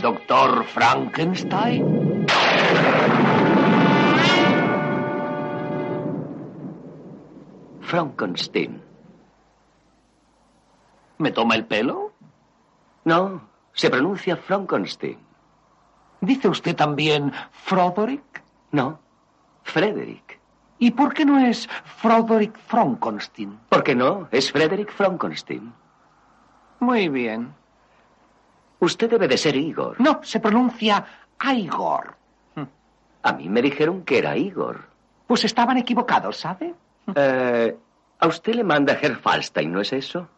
doctor Frankenstein? Frankenstein. ¿Me toma el pelo? No, se pronuncia Frankenstein. ¿Dice usted también Froderick? No, Frederick. ¿Y por qué no es Froderick Frankenstein? ¿Por qué no? Es Frederick Frankenstein. Muy bien. Usted debe de ser Igor. No, se pronuncia Igor. A mí me dijeron que era Igor. Pues estaban equivocados, ¿sabe? Eh, a usted le manda Herr Falstein, ¿no es eso?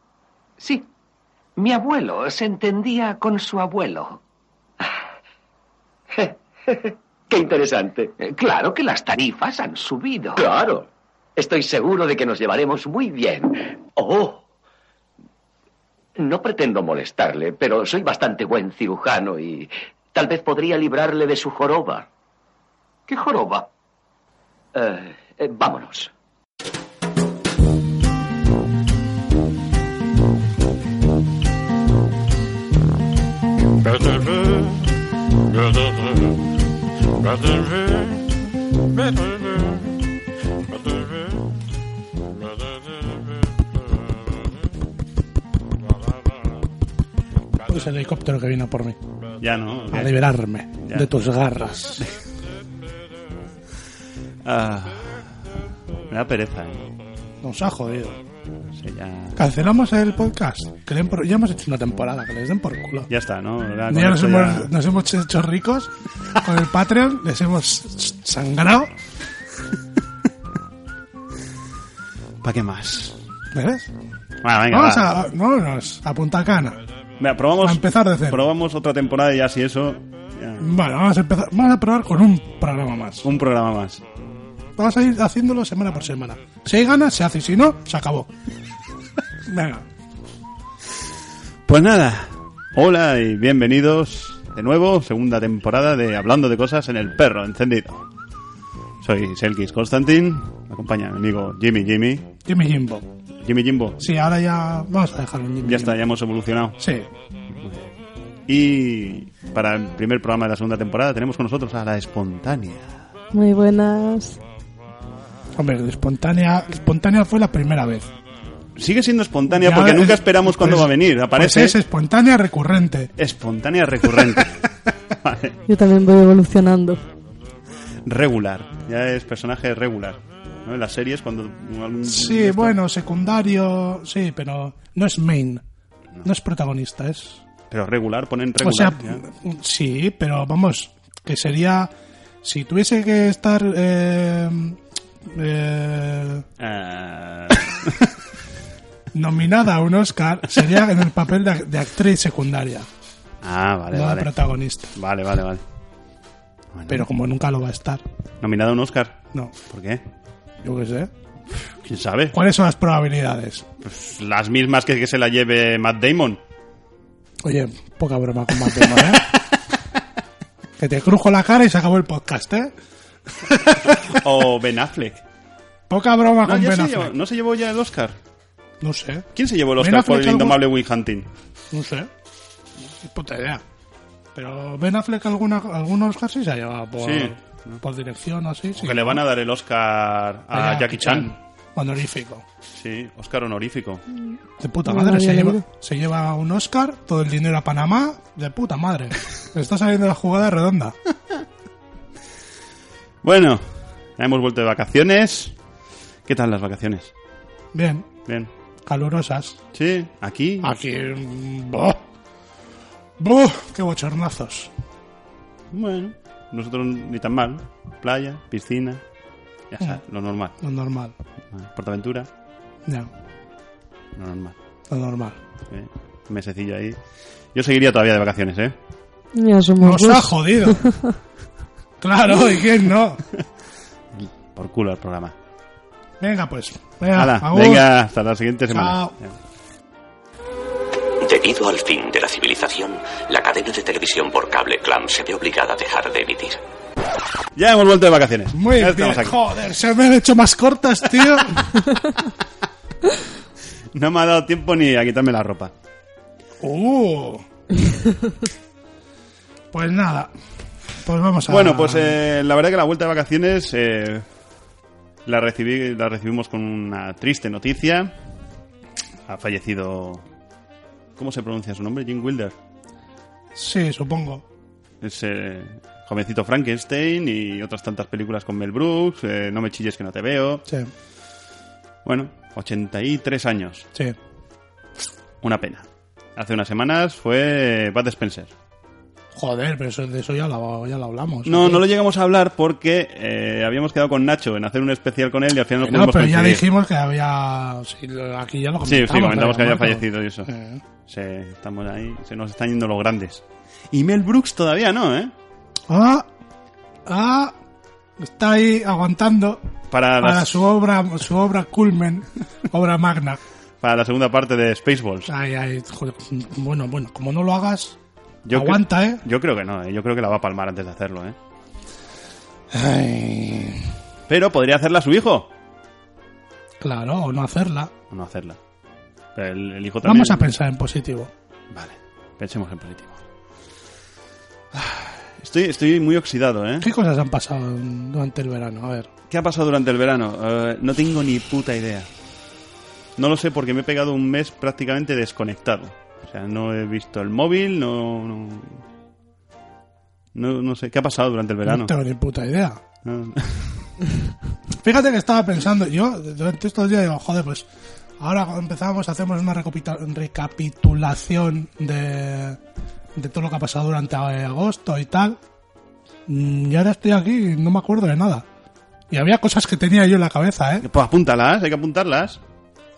Sí. Mi abuelo se entendía con su abuelo. Qué interesante. Eh, Claro que las tarifas han Ah, subido. Claro. Estoy seguro de que nos llevaremos muy bien. Oh. No pretendo molestarle, pero soy bastante buen cirujano y tal vez podría librarle de su joroba. ¿Qué joroba? Eh, eh, vámonos. Es Pues el helicóptero que vino por mí. Ya no. A liberarme Ya. de tus garras. Ah, me da pereza. ¿eh? Nos ha jodido. No sé, ya, Cancelamos el podcast. Que le den por- Ya hemos hecho una temporada, que les den por culo. ya está, ¿no? Ya con Ya nos, esto hemos, ya- nos hemos hecho ricos con el Patreon, les hemos sangrado. ¿Para qué más? ¿Ves? Bueno, venga, Vamos va. a, vámonos a Punta Cana. Venga, probamos, a empezar de cero. probamos otra temporada y ya si eso... ya. Bueno, vamos a empezar. Vamos a probar con un programa más. Un programa más. Vamos a ir haciéndolo semana por semana. Si hay ganas, se hace. Si no, se acabó. Venga. Pues nada, hola y bienvenidos de nuevo, segunda temporada de Hablando de Cosas en el Perro Encendido. Soy Selkis Constantin, me acompaña mi amigo Jimmy Jimmy. Jimmy Jimbo. Jimmy Jimbo, Sí, ahora ya vamos a dejarlo en Jimmy Jimbo. ya está, ya hemos evolucionado. Sí. Y para el primer programa de la segunda temporada tenemos con nosotros a la espontánea. Muy buenas. Hombre, de espontánea, espontánea fue la primera vez. Sigue siendo espontánea Ya porque es- nunca esperamos cuándo pues- va a venir. Aparece Mm, Pues es espontánea recurrente. espontánea recurrente. Vale, Yo también voy evolucionando. regular. Ya es personaje regular. ¿no? En las series cuando algún- Sí, esto- bueno, secundario, sí, pero no es main. No, es protagonista, es. Pero regular ponen O regular. sea, ya. sí, pero vamos, que sería. Si tuviese que estar. eh, eh, Ah, nominada a un Oscar, sería en el papel de, de actriz secundaria, ah, vale, no de vale. protagonista. Vale, vale, vale. Bueno, Pero como nunca lo va a estar, nominado a un Oscar. no, ¿Por qué? yo qué sé. ¿Quién sabe? ¿Cuáles son las probabilidades? Pues las mismas que, que se la lleve Matt Damon. Oye, poca broma con más ¿eh? que te crujo la cara y se acabó el podcast, ¿eh? O Ben Affleck. Poca broma No, con ya Ben se Affleck. llevó- ¿No se llevó ya el Oscar? No sé, ¿Quién se llevó el Ben Oscar por Affleck el algo- indomable Will Hunting? no sé. Ni Puta idea. Pero Ben Affleck alguna, algún Oscar sí se ha llevado por, Sí. por dirección o así. Sí. Que le van a dar el Oscar a Vaya, Jackie Chan. Honorífico. Sí, Oscar honorífico. De puta No lo madre, había se lleva, leído. se lleva un Oscar, todo el dinero a Panamá, de puta madre. Está saliendo la jugada redonda. Bueno, ya hemos vuelto de vacaciones. ¿Qué tal las vacaciones? Bien, Bien. calurosas. Sí, aquí. Aquí... mm, ¡Boh! ¡Boh! ¡Qué bochornazos! Bueno, nosotros ni tan mal. Playa, piscina. Ya Sí. sabes, lo normal. Lo normal. Portaventura, Ya, lo normal. lo normal. Eh, Un mesecillo ahí. Yo seguiría todavía de vacaciones, ¿eh? Ya somos ¡Nos ha dos. jodido! claro, ¿y quién no? Por culo al programa. Venga, pues. Venga, Nada, agur. venga, hasta la siguiente semana. Chao. Debido al fin de la civilización, la cadena de televisión por cable Clam se ve obligada a dejar de emitir. Ya hemos vuelto de vacaciones. Muy Ya bien. estamos aquí. Joder, se me han hecho más cortas, tío. No me ha dado tiempo ni a quitarme la ropa. ¡Uh! Pues nada. Pues vamos a. Bueno, pues eh, la verdad que la vuelta de vacaciones eh, la, recibí, la recibimos con una triste noticia. Ha fallecido... ¿Cómo se pronuncia su nombre? Jim Wilder. Sí, supongo. Es eh, jovencito Frankenstein y otras tantas películas con Mel Brooks. eh, no me chilles que no te veo. Sí, Bueno, 83 años. sí. Una pena. Hace unas semanas fue Bud Spencer. Pues Joder, pero eso, de eso ya lo, ya lo hablamos. No, no lo llegamos a hablar porque eh, habíamos quedado con Nacho en hacer un especial con él y al final no Eh, No, pudimos pero ya coincidir. dijimos que había. sí, lo- aquí ya lo Sí, comentamos. sí, comentamos que pero bueno. había fallecido y eso. Eh, Sí, estamos ahí, se nos están yendo los grandes. Y Mel Brooks todavía no, ¿eh? Ah, ah, está ahí aguantando Para, para las- su obra, su obra culmen, obra magna. para la segunda parte de Spaceballs. Ay, ay, joder, bueno, bueno, como no lo hagas, Yo cre- aguanta, ¿eh? Yo creo que no, ¿eh? yo creo que la va a palmar antes de hacerlo, ¿eh? Ay, Pero podría hacerla su hijo. claro, o no hacerla. O no hacerla. Pero el, el hijo también. Vamos a pensar en positivo. Vale, pensemos en positivo. Ah, Estoy, estoy muy oxidado, ¿eh? ¿Qué cosas han pasado en- durante el verano? A ver. ¿Qué ha pasado durante el verano? Eh, no tengo ni puta idea. No lo sé porque me he pegado un mes prácticamente desconectado. O sea, no he visto el móvil, no... No, no, no sé, ¿qué ha pasado durante el verano? No tengo ni puta idea. No. Fíjate que estaba pensando, yo durante estos días digo, joder, pues ahora empezamos, hacemos una recopita- recapitulación de, de todo lo que ha pasado durante eh, agosto y tal. Mm, Y ahora estoy aquí y no me acuerdo de nada. Y había cosas que tenía yo en la cabeza, ¿eh? Pues apúntalas, hay que apuntarlas.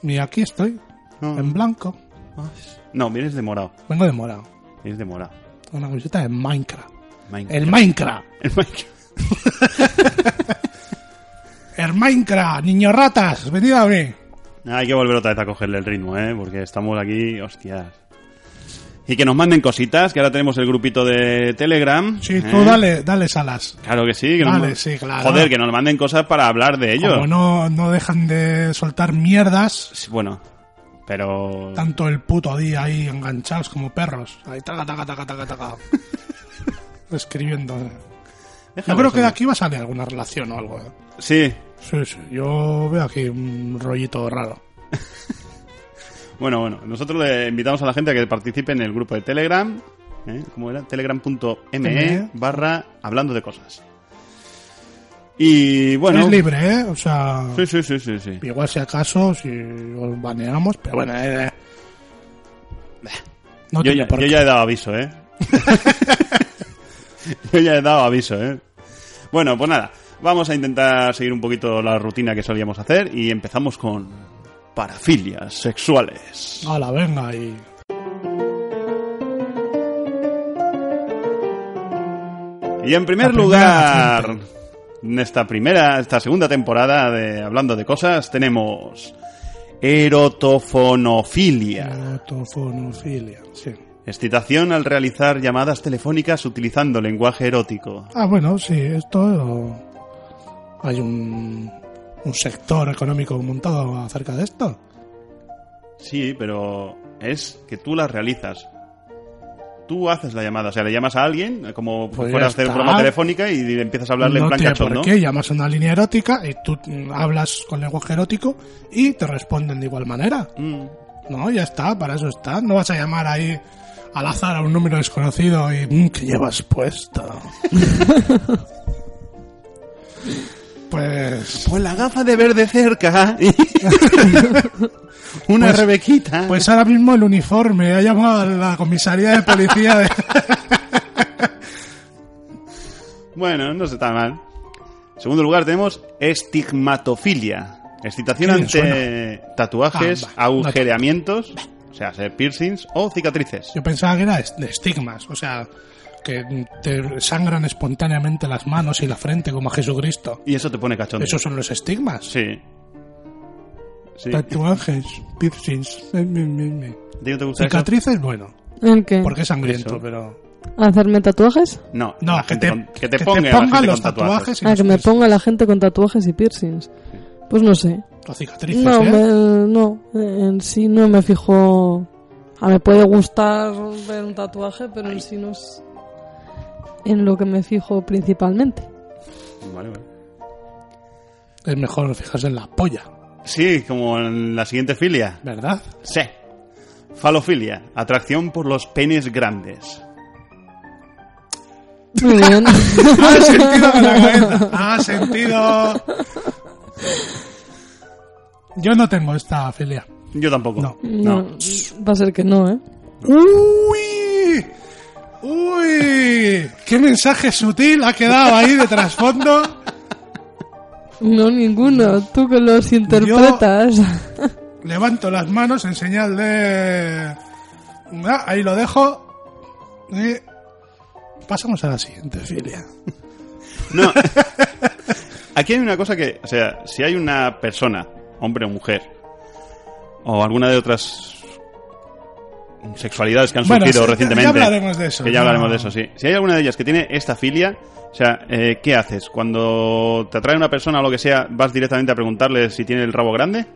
Y aquí estoy, No, en blanco. no vienes de morado, Vengo de morado. vienes de morado. Con Una camiseta de Minecraft. Minecraft. El Minecraft. El Minecraft. El Minecraft, niños ratas, venid a mí. Ah, Hay que volver otra vez a cogerle el ritmo, ¿eh? Porque estamos aquí, hostias. Y que nos manden cositas, que ahora tenemos el grupito de Telegram. Sí, tú ¿eh? dale, dale salas. Claro que sí. Que Vale, nos... sí, claro. Joder, que nos manden cosas para hablar de ello. Como no, no dejan de soltar mierdas, Sí, Bueno, pero... tanto el puto día ahí enganchados como perros. Ahí taca, taca, taca, taca, taca. Escribiendo. Yo Déjalo, creo que de eso. aquí va a salir alguna relación o algo. ¿eh? Sí. Sí, sí. Yo veo aquí un rollito raro. Bueno, bueno. Nosotros le invitamos a la gente a que participe en el grupo de Telegram. ¿eh? ¿Cómo era? Telegram.me ME. E barra hablando de cosas. Y bueno... es libre, ¿eh? O sea, Sí, sí, sí, sí, sí. igual si acaso, si os baneamos, pero bueno, eh, eh. No yo, tiene ya, por yo qué. ya he dado aviso, ¿eh? yo ya he dado aviso, ¿eh? Bueno, pues nada, vamos a intentar seguir un poquito la rutina que solíamos hacer y empezamos con parafilias sexuales. Hala, venga y. Y en primer La primera lugar, gente. en esta primera, esta segunda temporada de Hablando de Cosas, tenemos erotofonofilia. Autofonofilia, sí. Excitación al realizar llamadas telefónicas utilizando lenguaje erótico. Ah, bueno, sí, esto. o- Hay un, un sector económico montado acerca de esto. Sí, pero es que tú las realizas. Tú haces la llamada, o sea, le llamas a alguien, eh, como Pues ya fueras de está. forma telefónica, y le empiezas a hablarle en no plan tiene cachondo. por qué, llamas a una línea erótica y tú mm, hablas con lenguaje erótico y te responden de igual manera. Mm, No, ya está, para eso está. No vas a llamar ahí al azar a un número desconocido y mm, que llevas puesto. pues, Pues la gafa de verde cerca. Una Pues- rebequita. pues ahora mismo el uniforme ha llamado a la comisaría de policía de... Bueno, no está mal. En segundo lugar tenemos estigmatofilia. Excitación Sí, ante tatuajes, Ah, va, agujereamientos, o sea, piercings o cicatrices. Yo pensaba que era est- de estigmas, o sea, que te sangran espontáneamente las manos y la frente como a Jesucristo. Y eso te pone cachondo. Esos son los estigmas. Sí. Sí. ¿A ti Tatuajes, piercings, eh, me, me, me. no te gusta eso? cicatrices, bueno, ¿El qué? porque es sangriento, Mm. Eso. pero ¿Hacerme tatuajes? No, no, la que gente te, con- que que te ponga, la gente pongan con los tatuajes, y Ah, los que me piercings. ponga la gente con tatuajes y piercings. Pues no sé. O cicatrices, No, ¿eh? me- no, en sí no me fijo. A me puede gustar ver un tatuaje, pero en sí no es. en lo que me fijo principalmente. Vale, vale. Es mejor fijarse en la polla, Sí, como en la siguiente filia. ¿verdad? Sí. Falofilia, atracción por los penes grandes. Muy bien. Ha sentido con la Ah, cabeza. Ha sentido. Yo no tengo esta filia. Yo tampoco. No. No, va a ser que no, ¿eh? ¡Uy! ¡Uy! ¡Qué mensaje sutil ha quedado ahí de trasfondo! No ninguno, tú que los interpretas. Levanto las manos en señal de. Ah, ahí lo dejo. Y Pasamos a la siguiente filia. No. Aquí hay una cosa que, o sea, si hay una persona, hombre o mujer, o alguna de otras sexualidades que han Bueno, surgido sí, ya- recientemente. ya hablaremos de eso, Que ya no. hablaremos de eso, sí. Si hay alguna de ellas que tiene esta filia, o sea, eh, ¿qué haces? Cuando te atrae una persona o lo que sea, ¿vas directamente a preguntarle si tiene el rabo grande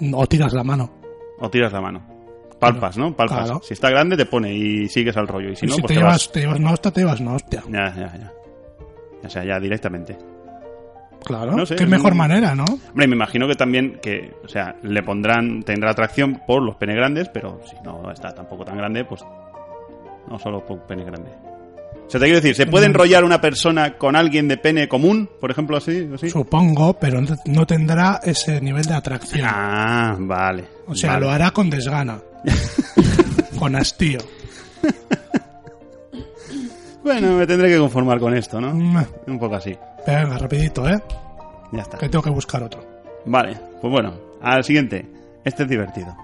No tiras la mano. o tiras la mano? Palpas, ¿no? Palpas. Claro. Si está grande, te pone y sigues al rollo. Y si Y no, si pues te, te llevas, vas. te llevas una hostia, te llevas una hostia. Ya, ya, ya. O sea, ya directamente. Claro. No sé, mm. Qué es mejor un- manera, ¿no? Hombre, me imagino que también que, o sea, le pondrán, tendrá atracción por los pene grandes, pero si no está tampoco tan grande, pues no solo por pene grande. O sea, te quiero decir, ¿se Mm. puede enrollar una persona con alguien de pene común, por ejemplo, así? así? Supongo, pero no- no tendrá ese nivel de atracción. Ah, vale. O sea, vale. lo hará con desgana. con hastío. Bueno, me tendré que conformar con esto, ¿no? Mm, Un poco así. Venga, rapidito, ¿eh? Ya está. Que tengo que buscar otro. Vale, pues bueno, al siguiente. Este es divertido.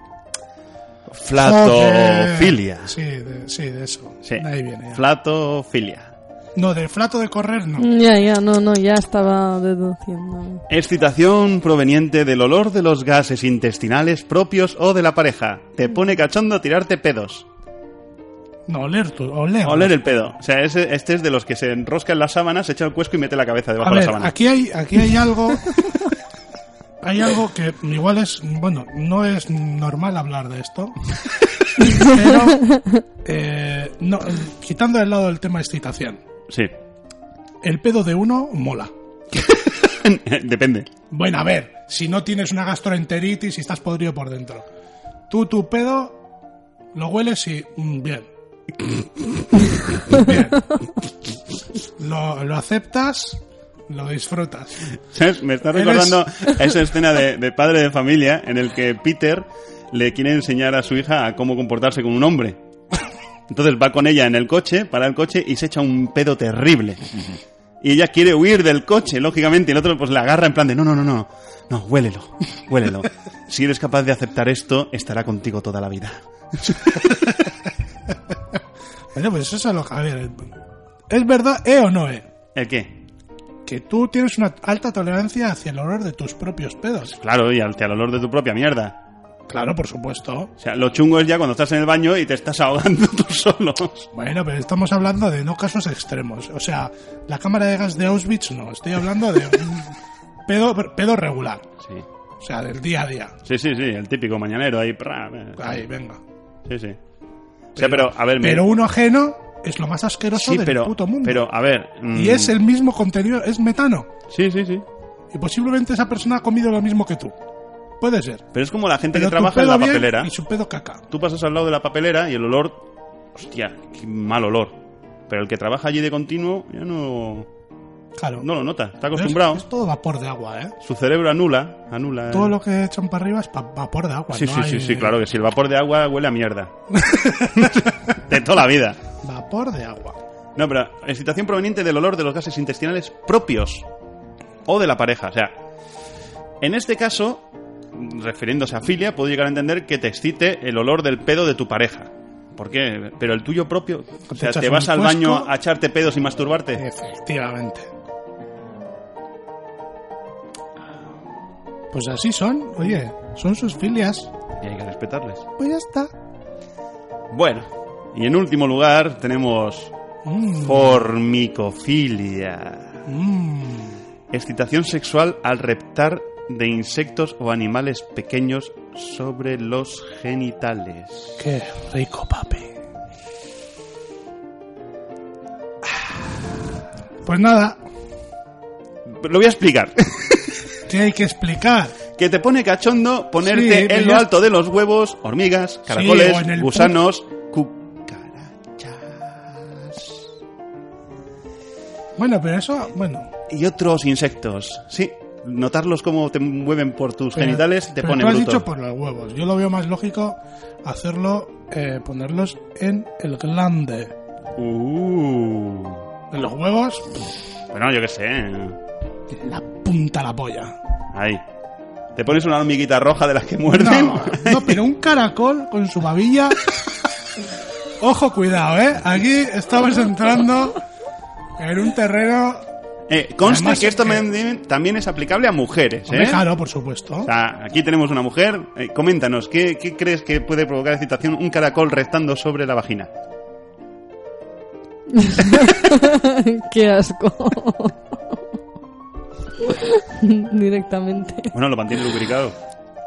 Flatofilia. Sí, de, sí, de eso. Sí. De ahí viene. ya. Flatofilia. No, del flato de correr no. Ya, ya, no, no, ya estaba deduciendo. Excitación proveniente del olor de los gases intestinales propios o de la pareja. Te pone cachondo tirarte pedos. No, oler tú, oler. Oler el pedo. O sea, ese- este es de los que se enrosca en las sábanas, se echa el cuesco y mete la cabeza A debajo de la ver, sábana. aquí hay, aquí hay algo... Hay algo que igual es, bueno, no es normal hablar de esto, pero eh, no, quitando del lado del tema excitación, Sí. el pedo de uno mola. Depende. Bueno, a ver, si no tienes una gastroenteritis y estás podrido por dentro. Tú tu pedo lo hueles y mm, bien. bien. Lo, lo aceptas, lo disfrutas. ¿Sabes? Me está Eres- recordando a esa escena de, de padre de familia en el que Peter le quiere enseñar a su hija a cómo comportarse con un hombre. Entonces va con ella en el coche, para el coche y se echa un pedo terrible. Y ella quiere huir del coche, lógicamente, y el otro pues la agarra en plan de no, no, no, no, no, huélelo, huélelo. Si eres capaz de aceptar esto, estará contigo toda la vida. Bueno, pues eso es lo que... A ver, ¿es verdad, eh o no, eh? ¿El qué? Que tú tienes una alta tolerancia hacia el olor de tus propios pedos. Claro, y al, al olor de tu propia mierda. Claro, por supuesto. O sea, lo chungo es ya cuando estás en el baño y te estás ahogando tú solo. Bueno, pero estamos hablando de no casos extremos. O sea, la cámara de gas de Auschwitz no. Estoy hablando de un pedo, pedo regular. Sí. O sea, del día a día. Sí, sí, sí, el típico mañanero ahí. pra, eh, Ahí, venga. Sí, sí. O sea, pero, a ver, me- Pero uno ajeno es lo más asqueroso sí, del pero, puto mundo. pero, a ver. mm, Y es el mismo contenido, es metano. Sí, sí, sí. Y posiblemente esa persona ha comido lo mismo que tú. Puede ser. Pero es como la gente Pero que tu trabaja en pedo la bien papelera. Y su pedo caca. Tú pasas al lado de la papelera y el olor. Hostia, qué mal olor. Pero el que trabaja allí de continuo ya no, Claro. no lo nota. Está Es- acostumbrado. Es, todo vapor de agua, ¿eh? Su cerebro anula. anula el- Todo lo que echan para arriba es pa- vapor de agua. Sí, no sí, hay- sí, sí, claro que sí. El vapor de agua huele a mierda. de toda la vida. Vapor de agua. No, pero excitación proveniente del olor de los gases intestinales propios o de la pareja. O sea, en este caso, refiriéndose a filia, puedo llegar a entender que te excite el olor del pedo de tu pareja. ¿Por qué? Pero el tuyo propio. O sea, echas ¿te un vas al cuesco. baño a echarte pedos y masturbarte? Efectivamente. Pues así son, oye, son sus filias. Y hay que respetarles. Pues ya está. Bueno. Y en último lugar tenemos Mm, formicofilia. mm. Excitación sexual al reptar de insectos o animales pequeños sobre los genitales. Qué rico, papi. Pues nada, Lo voy a explicar. ¿qué hay que explicar? que te pone cachondo Sí, ponerte pero en lo ya- alto de los huevos, hormigas, Sí, o caracoles, en el pu- gusanos, cucarachas Bueno, pero eso, bueno. y otros insectos. Sí, notarlos cómo te mueven por tus pero- genitales te pero pone Tú has bruto. dicho por los huevos. Yo lo veo más lógico hacerlo, eh, ponerlos en el glande. Uh. En los huevos, Bueno, yo qué sé. la punta la polla. Ahí. Te pones una hormiguita roja de las que muerden. No, no, pero un caracol con su babilla. Ojo, cuidado, ¿eh? Aquí estamos entrando en un terreno. Eh, consta Además, que esto eh, men- también es aplicable a mujeres, Hombre, ¿eh? Claro, por supuesto. O sea, aquí tenemos una mujer. Eh, coméntanos, ¿qué, qué crees que puede provocar excitación un caracol restando sobre la vagina? Qué asco. Directamente. Bueno, lo mantiene lubricado.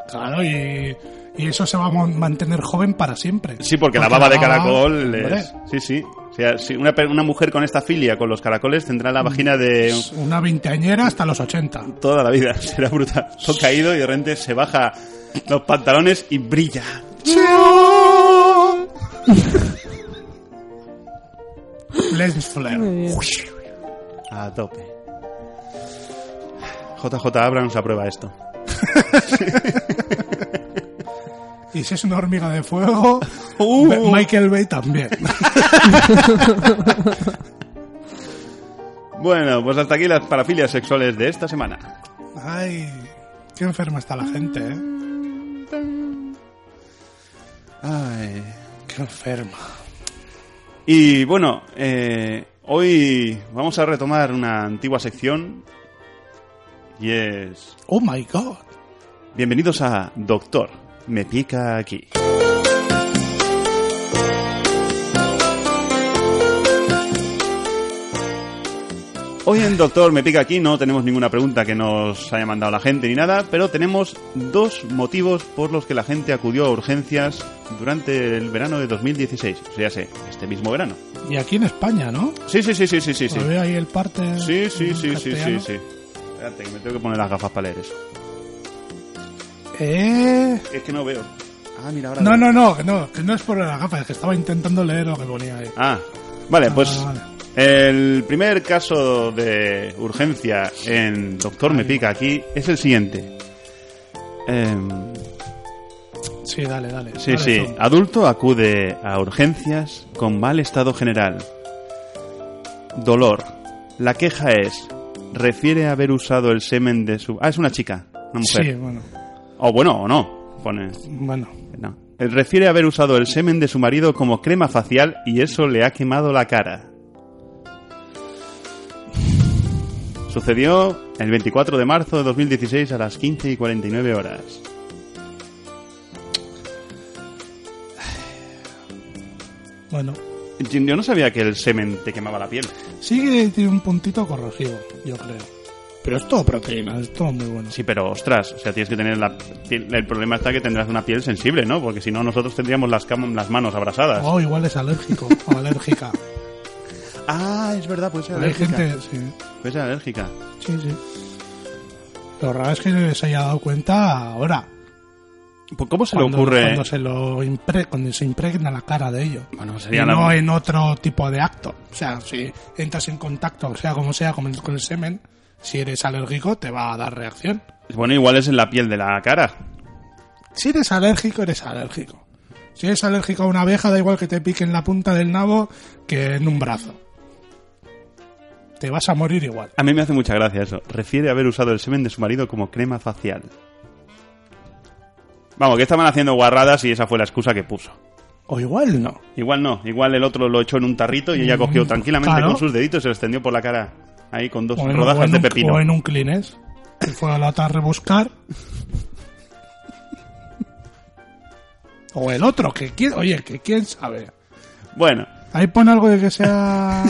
Claro, y, y eso se va a mon- mantener joven para siempre. Sí, porque, la baba de caracol hombre, es... Sí, sí. O sea, si una, per- una mujer con esta filia con los caracoles tendrá la vagina de es Una veinteañera hasta los 80. toda la vida. Será brutal. Lo caído y de repente se baja los pantalones y brilla. Les Flair. Muy bien. A tope. JJ Abrams aprueba esto. Y si es una hormiga de fuego, Uh. Be- Michael Bay también. Bueno, pues hasta aquí las parafilias sexuales de esta semana. Ay, qué enferma está la gente, ¿eh? Ay... Qué enferma. Y bueno, eh, hoy vamos a retomar una antigua sección y es Oh my god. bienvenidos a Doctor, me pica aquí. Hoy en Doctor Me Pica Aquí no tenemos ninguna pregunta que nos haya mandado la gente ni nada, pero tenemos dos motivos por los que la gente acudió a urgencias durante el verano de 2016, o sea, sí, este mismo verano. Y aquí en España, ¿no? Sí, sí, sí, sí, sí, sí. Sí, sí. ahí el parte. Sí, sí, en sí, sí, sí, castellano. sí. Espérate, que me tengo que poner las gafas para leer eso. Eh, Es que no veo. Ah, mira, ahora. No, veo. no, no, que no, que no es por la gafa, es que estaba intentando leer lo que ponía ahí. Ah, vale, Ah, pues. vale. El primer caso de urgencia en Doctor Me Pica aquí es el siguiente. Em, Sí, dale, dale. sí, dale, sí. zoom. Adulto acude a urgencias con mal estado general. Dolor. La queja es. Refiere haber usado el semen de su. Ah, es una chica, una mujer. Sí, bueno. O bueno, o no. Pone. Bueno, No. Él refiere a haber usado el semen de su marido como crema facial y eso le ha quemado la cara. Sucedió el 24 de marzo de 2016 a las 15 y 49 horas. bueno. Yo yo no sabía que el semen te quemaba la piel. Sí que tiene un puntito corrosivo, yo creo. Pero es todo proteína, es todo muy bueno. Sí, pero ostras, o sea, tienes que tener la piel- El problema está que tendrás una piel sensible, ¿no? Porque si no, nosotros tendríamos las, cam- las manos abrasadas. Oh, igual es alérgico o alérgica. Ah, es verdad, puede ser Hay gente, sí, Puede ser alérgica. sí, sí. Lo raro es que se haya dado cuenta ahora. Pues, ¿Cómo se cuando, le ocurre? Cuando se, lo impre- cuando se impregna la cara de ello. Bueno, Y sería la- no en otro tipo de acto. O sea, si entras en contacto, sea como sea, con el, con el semen, si eres alérgico te va a dar reacción. Bueno, igual es en la piel de la cara. Si eres alérgico, eres alérgico. Si eres alérgico a una abeja, da igual que te pique en la punta del nabo que en un brazo. Te vas a morir igual. A mí me hace mucha gracia eso. Refiere haber usado el semen de su marido como crema facial. Vamos, que estaban haciendo guarradas y esa fue la excusa que puso. O igual no. Igual no, igual el otro lo echó en un tarrito y ella cogió tranquilamente claro. con sus deditos y se lo extendió por la cara. Ahí con dos O en, o rodajas en de un, pepino. o en un Kleenex. Que fue a la otra a rebuscar. O el otro, que quién, oye, que quién sabe. Bueno, Ahí pone algo de que sea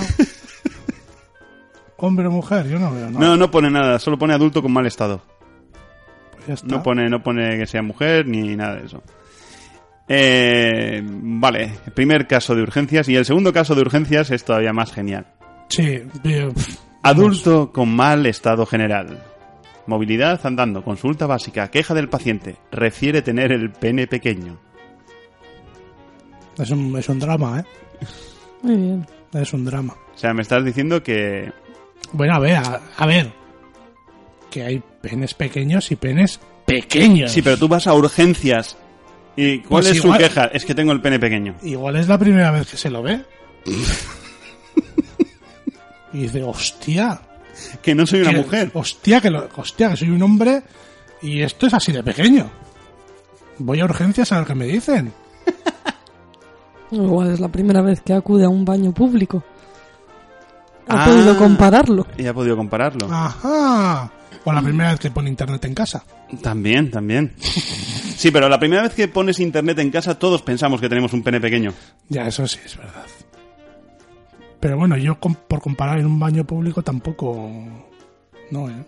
hombre o mujer, yo no veo, ¿no? no, no pone nada, solo pone adulto con mal estado. Pues ya está. No pone, no pone que sea mujer ni nada de eso. Eh, vale, primer caso de urgencias y el segundo caso de urgencias es todavía más genial. Sí, bien, pff, Adulto con mal estado general. Movilidad andando, consulta básica, queja del paciente, refiere tener el pene pequeño. Es un, es un drama, ¿eh? Muy bien. Es un drama. O sea, me estás diciendo que... Bueno, a ver, a, a ver. Que hay penes pequeños y penes pequeños. Sí, pero tú vas a urgencias. ¿Y cuál Pues es igual- su queja? Es que tengo el pene pequeño. Igual es la primera vez que se lo ve. y dice, hostia. Que no soy una que- mujer. Hostia que, lo- hostia, que soy un hombre y esto es así de pequeño. Voy a urgencias a ver qué me dicen. Igual es la primera vez que acude a un baño público. Ha Ah. podido compararlo. Y ha podido compararlo. Ajá. O la primera vez que pone internet en casa. También, también. Sí, pero la primera vez que pones internet en casa todos pensamos que tenemos un pene pequeño. Ya, eso sí, es verdad. Pero bueno, yo com- por comparar en un baño público tampoco... No, ¿eh?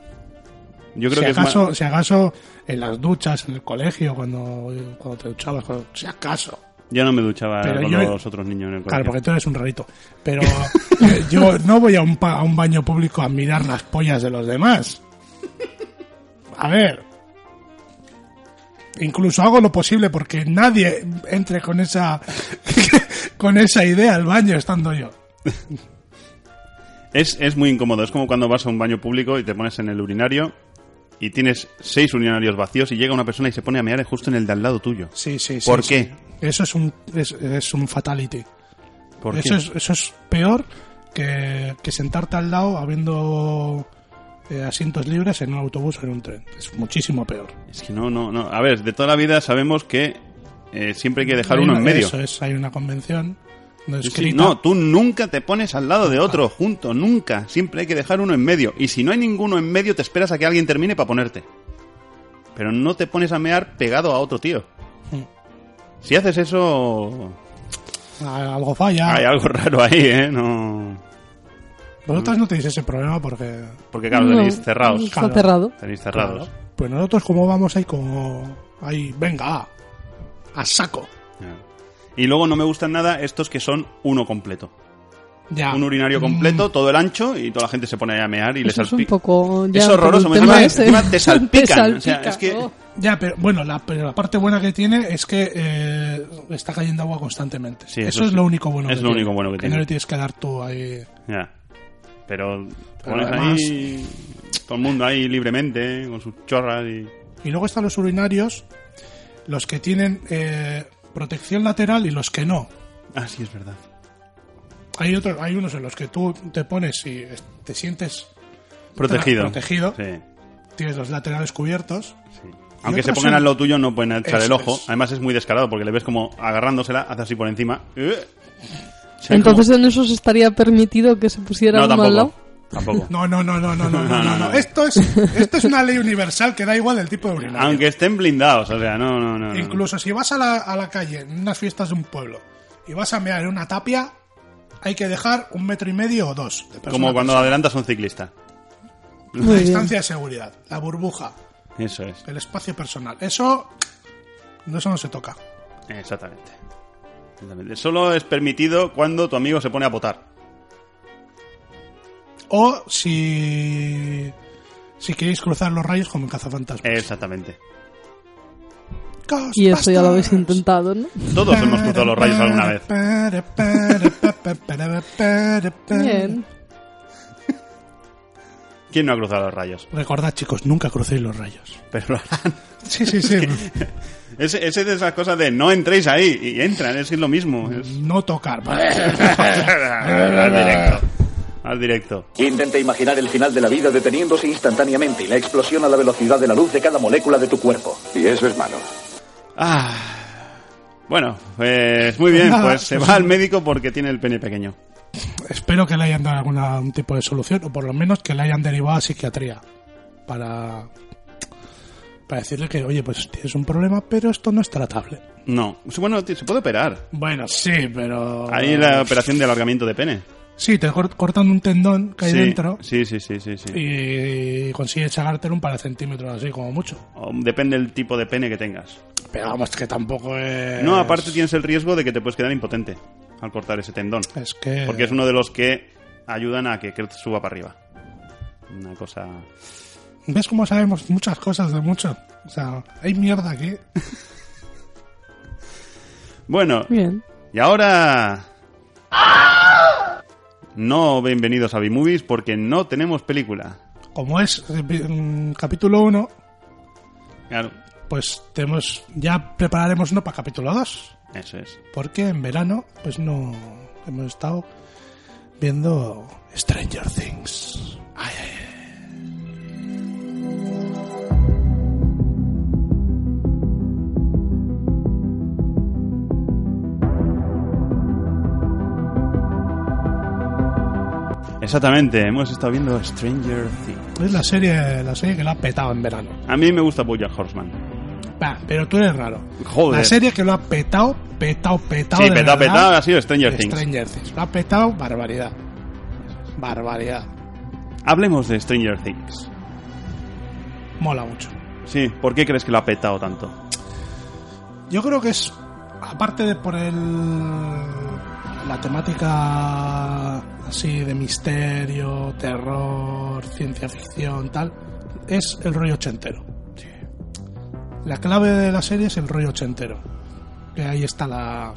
Yo creo si, que es acaso, más- si acaso en las duchas, en el colegio, cuando, cuando te duchabas, cuando- si acaso. Yo no me duchaba Pero con yo- los otros niños en el Claro, colegio. porque tú eres un rarito. Pero eh, yo no voy a un, pa- a un baño público a mirar las pollas de los demás. A ver. Incluso hago lo posible porque nadie entre con esa con esa idea al baño estando yo. Es, es muy incómodo. Es como cuando vas a un baño público y te pones en el urinario y tienes seis urinarios vacíos y llega una persona y se pone a mear justo en el de al lado tuyo. Sí, sí, sí. ¿Por sí. qué? Eso es un es, es un fatality. ¿Por eso qué? es eso es peor que, que sentarte al lado habiendo eh, asientos libres en un autobús o en un tren. Es muchísimo peor. Es que no, no, no. A ver, de toda la vida sabemos que eh, siempre hay que dejar Hay uno una- en medio. Eso es, hay una convención no Sí, sí. escrita. no, tú nunca te pones al lado de otro junto, nunca. Siempre hay que dejar uno en medio. Y si no hay ninguno en medio, te esperas a que alguien termine para ponerte. Pero no te pones a mear pegado a otro tío. Hmm. Si haces eso, Ah, Algo falla. hay algo raro ahí, ¿eh? No. Vosotros no tenéis ese problema porque. Porque claro, No, tenéis cerrados. Está Claro. cerrado. Tenéis cerrados. Claro. Pues nosotros, como vamos ahí, como. Ahí, venga, a saco. Y luego no me gustan nada estos que son uno completo. Ya. Un urinario completo, todo el ancho, y toda la gente se pone a mear y le Eso es un salpica. Mm. poco... ya, es pero horroroso, el me tema encima- ese. encima te salpican, salpica, o sea, es que- oh. Mm, Ya, pero bueno, la, pero la parte buena que tiene es que eh, está cayendo agua constantemente. Sí, eso, eso es sí. lo único bueno Es que lo tiene, único bueno que tiene. no le tienes que dar tú ahí. Ya. Pero te Pero pones además- ahí todo el mundo ahí libremente, ¿eh? con sus chorras y... Y luego están los urinarios, los que tienen eh, protección lateral y los que no. Ah, sí, es verdad. Hay, otros, hay unos en los que tú te pones y es- te sientes Protegido. Protegido. Sí, tienes los laterales cubiertos. sí. Aunque se otros pongan son- al lado tuyo no pueden echar el Eso ojo. es. Además es muy descarado porque le ves como agarrándosela, hace así por encima. ¡Eh! O sea, Entonces en esos estaría permitido que se como- pusiera No, uno al lado. tampoco. Tampoco. No, no, no, no, no, no, no, no, no, no. no. Esto es, esto es una ley universal que da igual el tipo de urinario. Aunque estén blindados, o sea, no, Ah, no, no. no. Incluso si vas a la, a la calle en unas fiestas de un pueblo y vas a mear en una tapia, hay que dejar un metro y medio o dos. de persona Como a cuando adelantas a un ciclista. persona. Muy La bien. distancia de seguridad, la burbuja, Eso es. el espacio personal. Eso, no, eso no se toca. Exactamente. Exactamente. Solo es permitido cuando tu amigo se pone a votar. O si... Si queréis cruzar los rayos como en cazafantasmas. Exactamente. Y eso ya lo habéis Ghostbusters. intentado, ¿no? Todos hemos cruzado los rayos alguna vez. Bien. ¿Quién no ha cruzado los rayos? Recordad, chicos, nunca crucéis los rayos. Pero lo harán. Sí, sí, sí. Ese, ese de esas cosas de no entréis ahí y entran, es que es lo mismo. Es... No tocar. al directo. Al directo. Intenta imaginar el final de la vida deteniéndose instantáneamente y la explosión a la velocidad de la luz de cada molécula de tu cuerpo. Y eso es malo. Ah. Bueno, pues muy bien, Nada, pues se pues- va al médico porque tiene el pene pequeño. Espero que le hayan dado algún tipo de solución, o por lo menos que le hayan derivado a psiquiatría. Para, para decirle que, oye, pues tienes un problema, pero esto no es tratable. No, bueno, tío, se puede operar. Bueno, sí, pero. Ahí la operación de alargamiento de pene. Sí, te cor- cortan un tendón que hay sí, dentro Sí, sí, sí, sí. sí. y consigues sacártelo un par de centímetros así, como mucho. O Depende del tipo de pene que tengas. Pero vamos, que tampoco es. No, aparte tienes el riesgo de que te puedes quedar impotente al cortar ese tendón. Es que. Porque es uno de los que ayudan a que crez- suba para arriba. Una cosa. ¿Ves cómo sabemos muchas cosas de mucho? O sea, hay mierda aquí. Bueno, Bien. y ahora. No bienvenidos a B-Movies porque no tenemos película. Como es eh, vi- mm, capítulo 1, Claro, pues tenemos, ya prepararemos uno para capítulo 2. eso es. Porque en verano, pues no hemos estado viendo Stranger Things. Exactamente, hemos estado viendo Stranger Things. Es la serie, la serie que la ha petado en verano. A mí me gusta Bojack Horseman. Pa, pero tú eres raro. Joder. La serie que lo ha petado, petado, petado. sí, de verdad, petado, petado ha sido Stranger Things. Stranger Things. Lo ha petado, barbaridad. Barbaridad. Hablemos de Stranger Things. Mola mucho. Sí, ¿por qué crees que lo ha petado tanto? Yo creo que es, aparte de por el, la temática así de misterio, terror, ciencia ficción, tal, es el rollo ochentero. La clave de la serie es el rollo ochentero. Que ahí está la...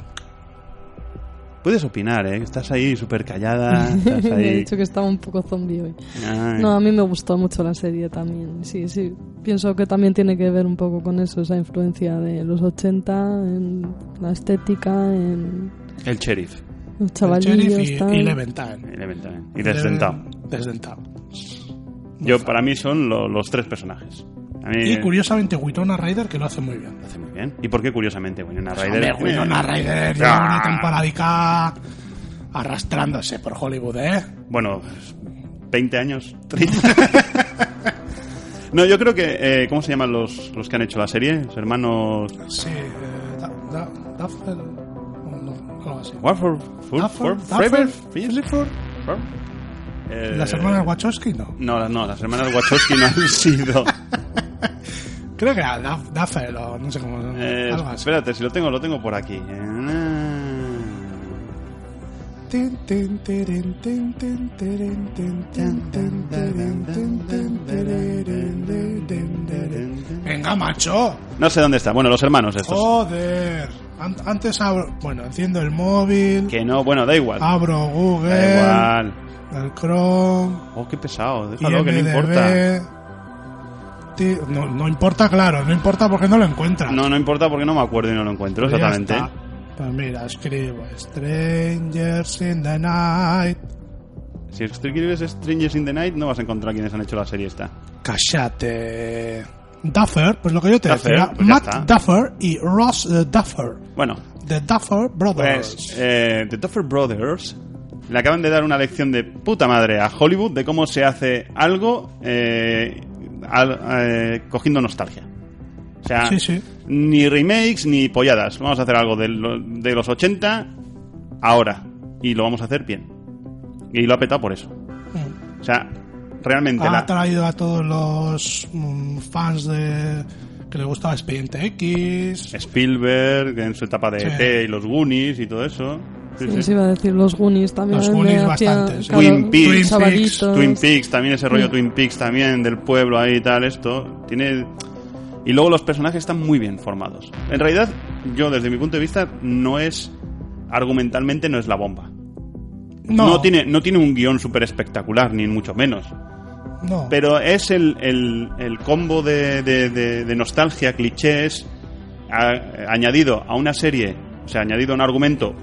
Puedes opinar, ¿eh? Estás ahí súper callada. Estás He Pues ahí... dicho que estaba un poco zombie hoy. Ay. No, a mí me gustó mucho la serie también. Sí, sí. Pienso que también tiene que ver un poco con eso, esa influencia de los 80 en la estética, en El sheriff. El los sheriff chavalillos. y, tal. y Eleven Time. Elemental. Y desdentado. Desdentado. Yo, para mí, son lo- los tres personajes. A mí... Y curiosamente Winona Ryder que lo hace muy bien. lo hace muy bien. ¿Y por qué, curiosamente? Winona Ryder... eh, Hombre, Winona Ryder lleva una temporadica arrastrándose por Hollywood, ¿eh? Bueno, 20 años, 30. no, yo creo que... eh, ¿Cómo se llaman los, los que han hecho la serie? Los hermanos... Sí, eh, da, da, Duffel, no, no, algo así. Warford, Duffer, Fulford, Duffer, Fravor, Fisliford, Ford. Eh, Las hermanas Wachowski no. No, las- no, las hermanas Wachowski no han sido. Creo que era Duff- Duffel o no sé cómo. Eh, algo así. espérate, si lo tengo, lo tengo por aquí. Eh, Tin, tin, tirin, tin, tin, tirin, tin, tin, tin, tirin, tin, tin, tirin, tin, tin, tirin. Venga, macho. No sé dónde está. Bueno, los hermanos estos. Oh. Joder. An- antes abro. Bueno, enciendo el móvil. Que no, bueno, da igual. Abro Google. Da igual. El Chrome. Oh, qué pesado. Déjalo, que no importa. IMDb. Ti- No, no importa, claro, no importa porque no lo encuentras. No, no importa porque no me acuerdo y no lo encuentro Pues ya exactamente. está. Pues mira, escribo Strangers in the Night. Si escribes Strangers in the Night, no vas a encontrar quienes han hecho la serie esta. Cállate. Duffer, pues lo que yo te Duffer, decía, pues ya está. Matt Duffer y Ross eh, Duffer, Bueno, The Duffer Brothers. pues eh, The Duffer Brothers le acaban de dar una lección de puta madre a Hollywood de cómo se hace algo eh, al- eh, cogiendo nostalgia. O sea, Sí, sí. ni remakes ni polladas. Vamos a hacer algo de, lo- de los 80 ahora. Y lo vamos a hacer bien. Y lo ha petado por eso. Mm. O sea, realmente ha la- traído a todos los mm, fans de que le gustaba Expediente X. Eh, Spielberg en su etapa de Sí. ET y los Goonies y todo eso. Sí, Sí, sí. os iba a decir los Goonies también. Los me Goonies hacía- bastantes. Twin Peaks, Twin chavalitos. Twin Peaks, también ese rollo Twin Peaks también del pueblo ahí y tal, esto. Tiene. Y luego los personajes están muy bien formados. En realidad, yo desde mi punto de vista, no es. Argumentalmente no es la bomba. No, tiene, no tiene un guión súper espectacular, ni mucho menos. no. Pero es el, el- el combo de, de- de- de nostalgia, clichés, a- añadido a una serie, o sea, añadido a un argumento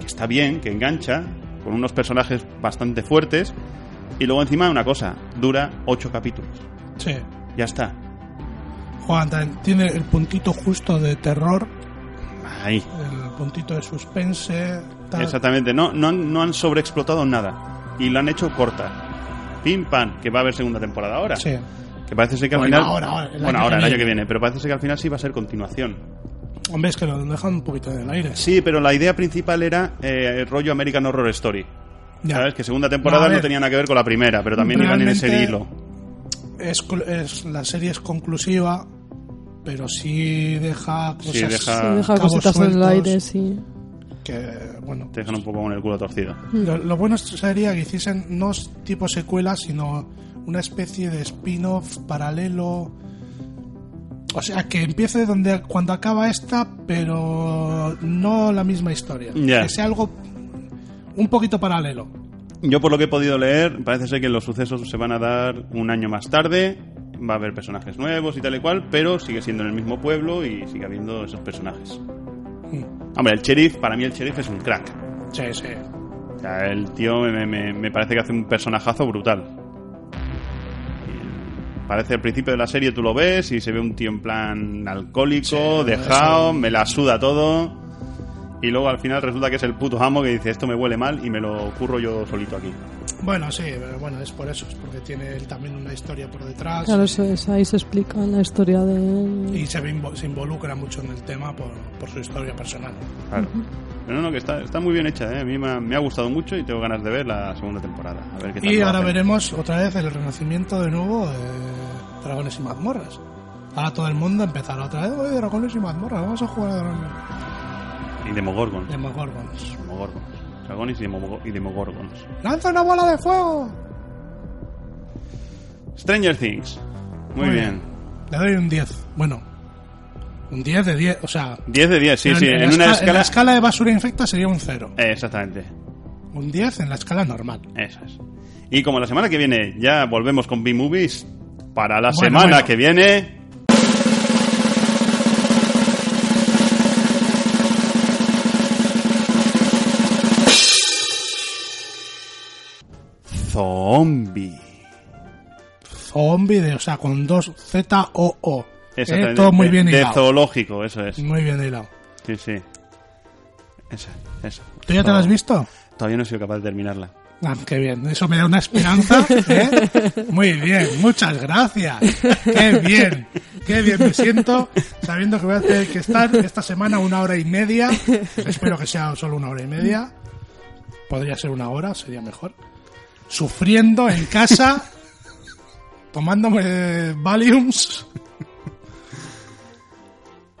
que está bien, que engancha, con unos personajes bastante fuertes, y luego encima una cosa, dura ocho capítulos. Sí. Ya está. Juan tan- tiene el puntito justo de terror, Ahí. el puntito de suspense. tal. Exactamente. No, no, han, no han sobreexplotado nada. Y lo han hecho corta. Pim pam, que va a haber segunda temporada ahora. Sí. Que parece ser que al Bueno, final. ahora, ahora, el año bueno, que ahora, el año viene. que viene. Pero parece ser que al final sí va a ser continuación. Hombre, es que lo dejan un poquito en el aire. Sí, pero la idea principal era eh, el rollo American Horror Story. Ya. ¿Sabes? Que segunda temporada No, a no, ver. tenía nada que ver con la primera, pero también iban en ese Realmente- hilo. Es, cl- es- la serie es conclusiva, pero sí deja cosas Sí, deja- Sí, deja cabos cositas en el sueltos aire, Mm. sí. que, bueno. Te dejan un poco con el culo torcido. Lo, lo bueno sería que hiciesen no s- tipo secuela, sino una especie de spin-off paralelo. O sea, que empiece donde cuando acaba esta, pero no la misma historia. Ya. Que sea algo un poquito paralelo. Yo por lo que he podido leer, parece ser que los sucesos se van a dar un año más tarde, va a haber personajes nuevos y tal y cual, pero sigue siendo en el mismo pueblo y sigue habiendo esos personajes. Hombre, el sheriff, para mí el sheriff es un crack. Sí, sí. O sea, el tío me, me- me parece que hace un personajazo brutal. Y Parece al principio de la serie tú lo ves y se ve un tío en plan alcohólico, Sí, dejado, me la suda todo. Y luego al final resulta que es el puto amo que dice esto me huele mal y me lo curro yo solito aquí. Bueno, sí, pero bueno, es por eso, es porque tiene él también una historia por detrás Claro, eso es, ahí se explica la historia de él. y se, ve invo- se involucra mucho en el tema por, por su historia personal. Claro. Pero no, no, que está, está muy bien hecha, ¿eh? A mí me ha, me ha gustado mucho y tengo ganas de ver la segunda temporada. A ver qué tal Y lo ahora hacen. veremos otra vez el renacimiento de nuevo de Dragones y Mazmorras. Ahora todo el mundo empezará otra vez, "Oye, Dragones y Mazmorras, vamos a jugar a Dragones Y Demogorgon. de Mazmorras. Demogorgon. Dragones y, Demogo- y Demogorgons. ¡Lanza una bola de fuego! Stranger Things. Muy, Muy bien. Le doy un 10. Bueno, un 10 de 10, o sea... 10 de 10, sí, pero sí. en, En, la una esca- en escala. la escala de basura infecta sería un 0. Eh, exactamente. Un 10 en la escala normal. Eso es. Y como la semana que viene ya volvemos con B-Movies, para la Bueno, semana bueno. que viene. Zombie. Eh, Zombie, de, o sea, con dos Z-O-O. Eh, Exactamente. Todo muy De- bien De hilado. Mm. zoológico, eso es. Muy bien hilado. Sí, sí. Esa, esa. ¿Tú ya te lo has visto? Todavía no he sido capaz de terminarla. Ah, qué bien, eso me da una esperanza. ¿eh? Muy bien, muchas gracias. Qué bien, qué bien me siento sabiendo que voy a tener que estar esta semana una hora y media. Espero que sea solo una hora y media. Podría ser una hora, sería mejor. Sufriendo en casa, tomándome Valiums.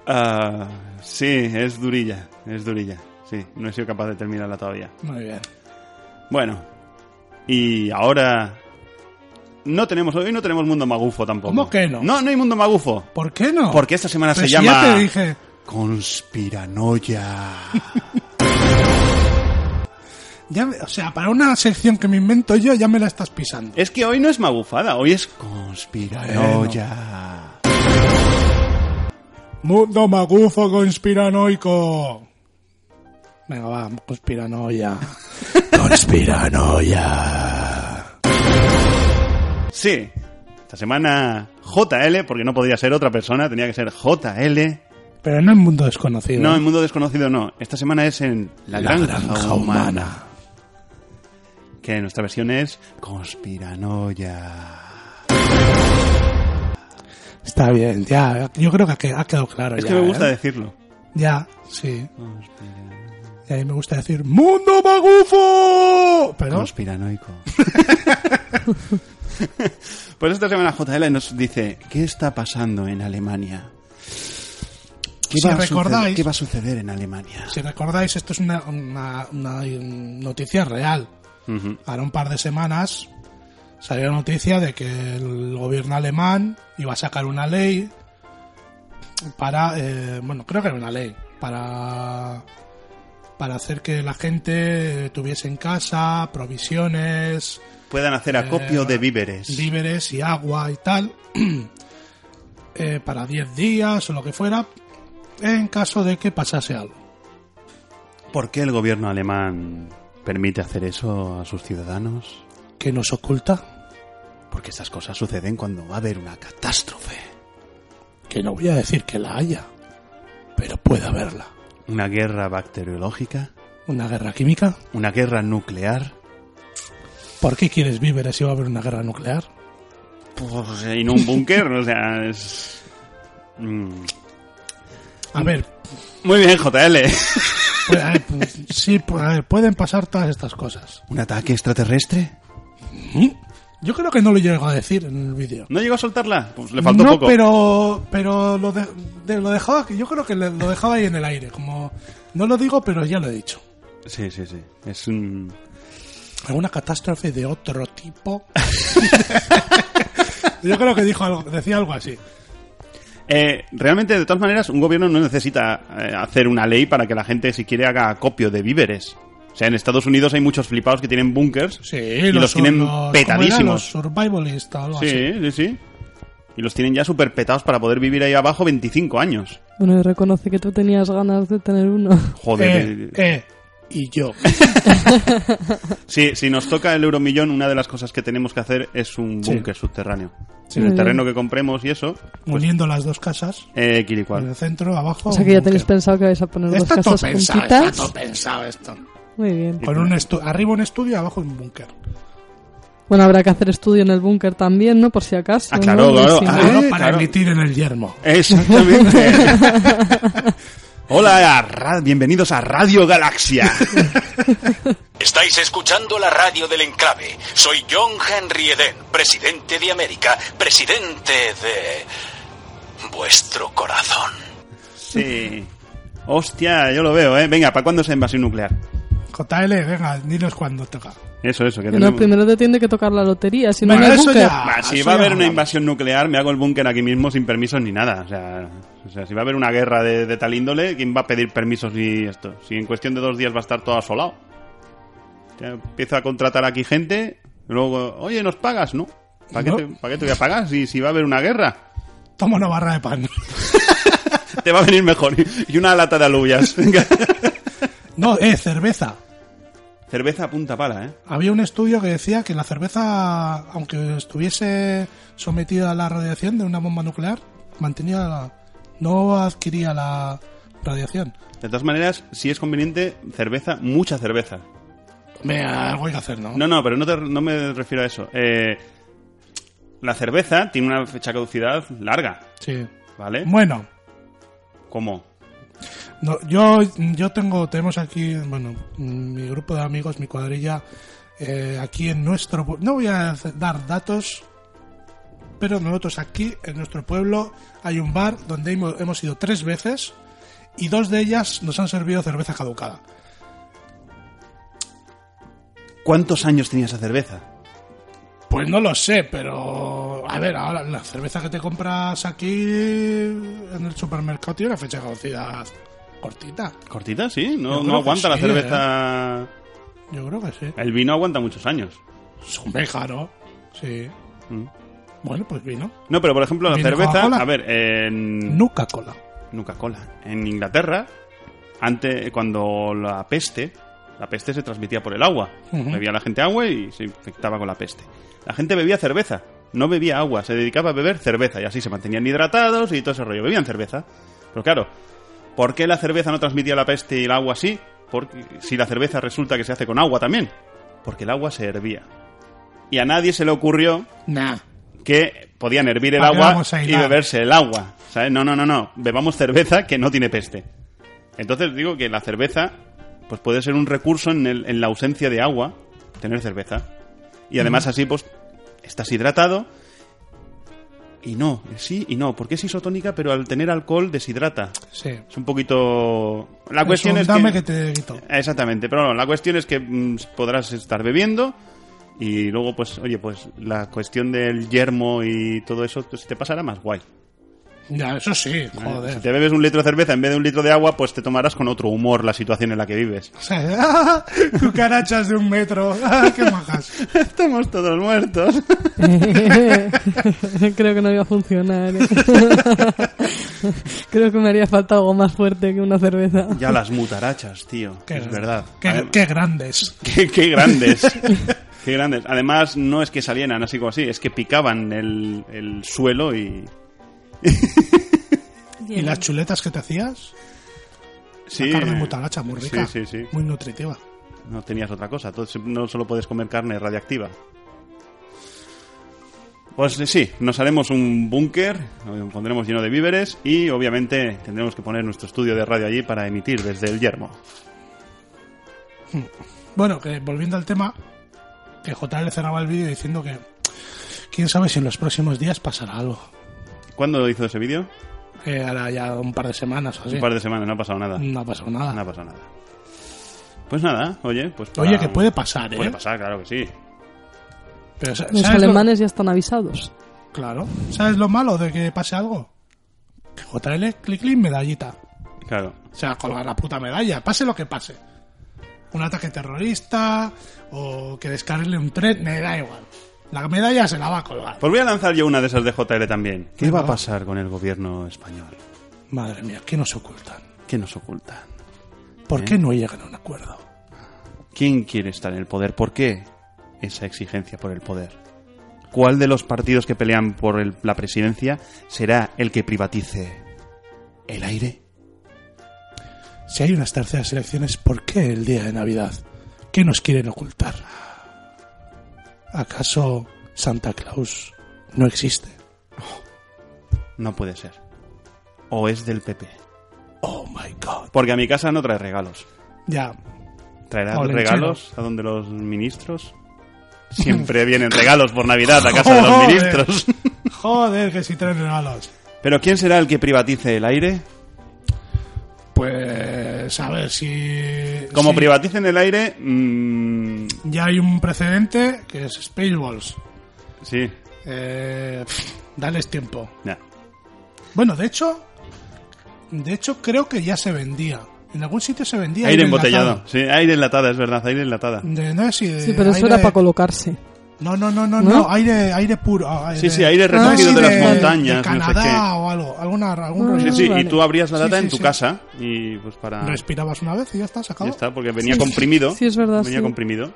Ah, sí, es durilla, es durilla. Sí, no he sido capaz de terminarla todavía. Muy bien. Bueno, y ahora no tenemos hoy no tenemos mundo magufo tampoco. ¿Cómo que no? No, no hay mundo magufo. ¿Por qué no? Porque esta semana Pues se ya llama te dije. conspiranoia. Ya me- o sea, para una sección que me invento yo, ya me la estás pisando. es que hoy no es magufada, hoy es conspiranoia. Mundo magufo conspiranoico. Venga, va, conspiranoia. Sí. Esta semana JL, porque no podía ser otra persona, tenía que ser JL. Pero no en mundo desconocido. No, en Mundo Desconocido no. Esta semana es en La, Granja, humana. Que nuestra versión es Conspiranoia. Está bien, ya. Yo creo que ha que- ha quedado claro. Es ya, que me gusta ¿eh? decirlo. Ya, sí. Y a mí me gusta decir ¡Mundo magufo! Pero Conspiranoico. pues esta semana JL nos dice, ¿qué está pasando en Alemania? ¿Qué, Si a suceder- recordáis- ¿Qué va a suceder en Alemania? si recordáis, esto es una, una- una noticia real. Ujú. Ahora un par de semanas salió la noticia de que el gobierno alemán iba a sacar una ley para, eh, bueno, creo que era una ley, para, para hacer que la gente tuviese en casa provisiones, Puedan hacer acopio Eh, de víveres. víveres y agua y tal eh, para 10 días o lo que fuera en caso de que pasase algo. ¿Por qué el gobierno alemán permite hacer eso a sus ciudadanos? ¿Qué nos oculta? Porque estas cosas suceden cuando va a haber una catástrofe. Que no voy a decir que la haya, pero puede haberla. Una guerra bacteriológica, ¿Una guerra química? una guerra nuclear. ¿Por qué quieres víveres si va a haber una guerra nuclear? Pues, y no un búnker, o sea, es... Mm. A ver, Muy bien, JL. pues, a ver, pues, sí, pues, a ver, pueden pasar todas estas cosas. ¿Un ataque extraterrestre? ¿Mm? Yo creo que no lo llego a decir en el vídeo. ¿No llegó a soltarla? Pues le faltó no, poco. pero pero lo, de- de- lo dejaba, yo creo que le- lo dejaba ahí en el aire, como no lo digo, pero ya lo he dicho. Sí, sí, sí. Es un... alguna catástrofe de otro tipo. Yo creo que dijo algo, decía algo así. Eh, realmente, de todas maneras, un gobierno no necesita eh, hacer una ley para que la gente, si quiere, haga acopio de víveres. O sea, en Estados Unidos hay muchos flipados que tienen bunkers Sí, y los, tienen ¿cómo era? Los petadísimos. survivalistas, algo Sí, así. sí, sí. Y los tienen ya súper petados para poder vivir ahí abajo 25 años. Bueno, y reconoce que tú tenías ganas de tener uno. Joder. Eh, eh, y yo. Pues Sí, si nos toca el euromillón, una de las cosas que tenemos que hacer es un Sí. búnker subterráneo. Sí. En el Muy terreno que compremos y eso, pues, Uniendo las dos casas, eh, en Kirikwal. el centro, abajo. O sea que ya un tenéis búnker. pensado que vais a poner dos Oh, Está todo casas pensado, está juntitas. todo pensado esto. Muy bien. Con un estu- arriba un estudio, abajo un búnker. Bueno, habrá que hacer estudio en el búnker también, ¿no? Por si acaso. Ah, claro, ¿no? Y claro. si- Ah, Claro, para claro. emitir en el yermo. Exactamente. Hola, a ra- bienvenidos a Radio Galaxia. Estáis escuchando la radio del enclave. Soy John Henry Eden, presidente de América, presidente de vuestro corazón. Sí. Hostia, yo lo veo, ¿eh? Venga, ¿para cuándo esa invasión nuclear? JL, venga, dinos cuando toca. Eso, eso, que No, tenemos. primero te tiene que tocar la lotería, si no Bueno, en el eso búnker. ya. Va, si eso va a ya haber una hablamos. invasión nuclear, me hago el búnker aquí mismo sin permisos ni nada. O sea, o sea, si va a haber una guerra de, de tal índole, ¿quién va a pedir permisos ni esto? Si en cuestión de dos días va a estar todo asolado. Ya empiezo a contratar aquí gente, luego, oye, ¿nos pagas? No. ¿Para qué, No. te- para qué te voy a pagar si, si va a haber una guerra? Toma una barra de pan. Te va a venir mejor. Y una lata de alubias. No, eh, cerveza. Cerveza a punta pala, ¿eh? Había un estudio que decía que la cerveza, aunque estuviese sometida a la radiación de una bomba nuclear, mantenía la- no adquiría la radiación. De todas maneras, si es conveniente, cerveza, mucha cerveza. Me algo hay que hacer, ¿no? No, no, pero no, te- no me refiero a eso. Eh, la cerveza tiene una fecha de caducidad larga, Sí. ¿vale? Bueno, ¿Cómo? No, yo, yo tengo, tenemos aquí, bueno, mi grupo de amigos, mi cuadrilla, eh, aquí en nuestro pue- No voy a dar datos, pero nosotros aquí, en nuestro pueblo, hay un bar donde hemo- hemos, ido tres veces y dos de ellas nos han servido cerveza caducada. ¿Cuántos años tenía esa cerveza? Pues no lo sé, pero. A ver, ahora la cerveza que te compras aquí en el supermercado tiene una fecha de caducidad cortita. ¿Cortita? Sí, Yo no, creo no que aguanta la sí, ¿eh? cerveza. Yo creo que sí. El vino aguanta muchos años. Es Pues un péjaro, sí. Mm. Bueno, pues vino. No, pero por ejemplo, la ¿Vino cerveza. Coca-Cola? A ver, en. Nuca cola. Nuca cola. En Inglaterra, antes, cuando la peste, la peste se transmitía por el agua. Ujú. Bebía la gente agua y se infectaba con la peste. La gente bebía cerveza, no bebía agua, se dedicaba a beber cerveza y así se mantenían hidratados y todo ese rollo. Bebían cerveza. Pero claro, ¿por qué la cerveza no transmitía la peste y el agua sí? Porque, si la cerveza resulta que se hace con agua también. Porque el agua se hervía. Y a nadie se le ocurrió Nah. que podían hervir el ¿Para qué agua vamos a y hilar? beberse el agua. ¿sabes? No, no, no, no. Bebamos cerveza que no tiene peste. Entonces digo que la cerveza pues puede ser un recurso en, el- en la ausencia de agua, tener cerveza. Y además así pues estás hidratado. Y no, sí y no, porque es isotónica, pero al tener alcohol deshidrata. Sí. Es un poquito... La cuestión un es dame que... que... te quito. Exactamente, pero no, la cuestión es que mm, podrás estar bebiendo y luego, pues, oye, pues la cuestión del yermo y todo eso pues, te pasará más guay. Ya, eso sí, joder. Si te bebes un litro de cerveza en vez de un litro de agua, pues te tomarás con otro humor la situación en la que vives. O sea, ¡ah! cucarachas de un metro. ¡Ah, ¡Qué majas! Estamos todos muertos. Creo que no iba a funcionar. ¿eh? Creo que me haría falta algo más fuerte que una cerveza. ya las mutarachas, tío. Qué es verdad. Qué, Adem- qué grandes. qué, qué grandes. qué grandes. Además, no es que salieran así como así, es que picaban el, el suelo y... ¿Y las chuletas que te hacías? Sí. La carne mutalacha, muy rica. Sí, sí, sí. Muy nutritiva. No tenías otra cosa. Entonces, no solo puedes comer carne radiactiva. Pues eh, sí, nos haremos un búnker, lo pondremos lleno de víveres y obviamente tendremos que poner nuestro estudio de radio allí para emitir desde el yermo. Bueno, que volviendo al tema, que JL cerraba el vídeo diciendo que. Quién sabe si en los próximos días pasará algo. ¿Cuándo hizo ese vídeo? Eh, ahora ya un par de semanas o así. Un par de semanas, no ha pasado nada. No ha pasado No nada. ha pasado nada. Pues nada, oye, pues para- Oye, que puede pasar, ¿eh? Puede pasar, claro que sí. Pero, sa- Los ¿sabes lo- alemanes ya están avisados. Claro. ¿Sabes lo malo de que pase algo? Que JL clic clic medallita. Claro. O sea, colgar la puta medalla, pase lo que pase. Un ataque terrorista o que descarrile un tren, me da igual. La medalla se la va a colgar. Pues voy a lanzar yo una de esas de JL también. ¿Qué va a pasar con el gobierno español? Madre mía, ¿qué nos ocultan? ¿Qué nos ocultan? ¿Por ¿Eh? qué no llegan a un acuerdo? ¿Quién quiere estar en el poder? ¿Por qué esa exigencia por el poder? ¿Cuál de los partidos que pelean por el- la presidencia será el que privatice el aire? Si hay unas terceras elecciones, ¿por qué el día de Navidad? ¿Qué nos quieren ocultar? ¿Acaso Santa Claus no existe? No puede ser. O es del PP. Oh my god. Porque a mi casa no trae regalos. Ya, ¿Traerá O loncheros. regalos a donde los ministros? Siempre vienen regalos por Navidad a casa de los Joder. ministros. Joder, que si traen regalos. Pero ¿quién será el que privatice el aire? Pues a ver si. Como si privaticen el aire... mm, Ya hay un precedente que es Spaceballs. sí, Eh, pff, dales tiempo. ya. Bueno, de hecho. De hecho, creo que ya se vendía. En algún sitio se vendía. Aire enlatado. embotellado. Sí, aire enlatada, es verdad, aire enlatada. Mm, De, no sé si de Sí, pero eso aire- era para colocarse. No, no, no, no, ¿No? no, aire, aire puro. ah, Sí, sí, no aire sé recogido si de las montañas, no sé Canadá qué. o algo. Alguna, algún Ah, rollo. Sí, sí, y vale. tú abrías la Sí, lata sí, en tu sí. casa y pues para... Respirabas una vez y ya está, Ya sacado. está, porque venía Sí, comprimido. sí, es verdad, Venía sí. comprimido.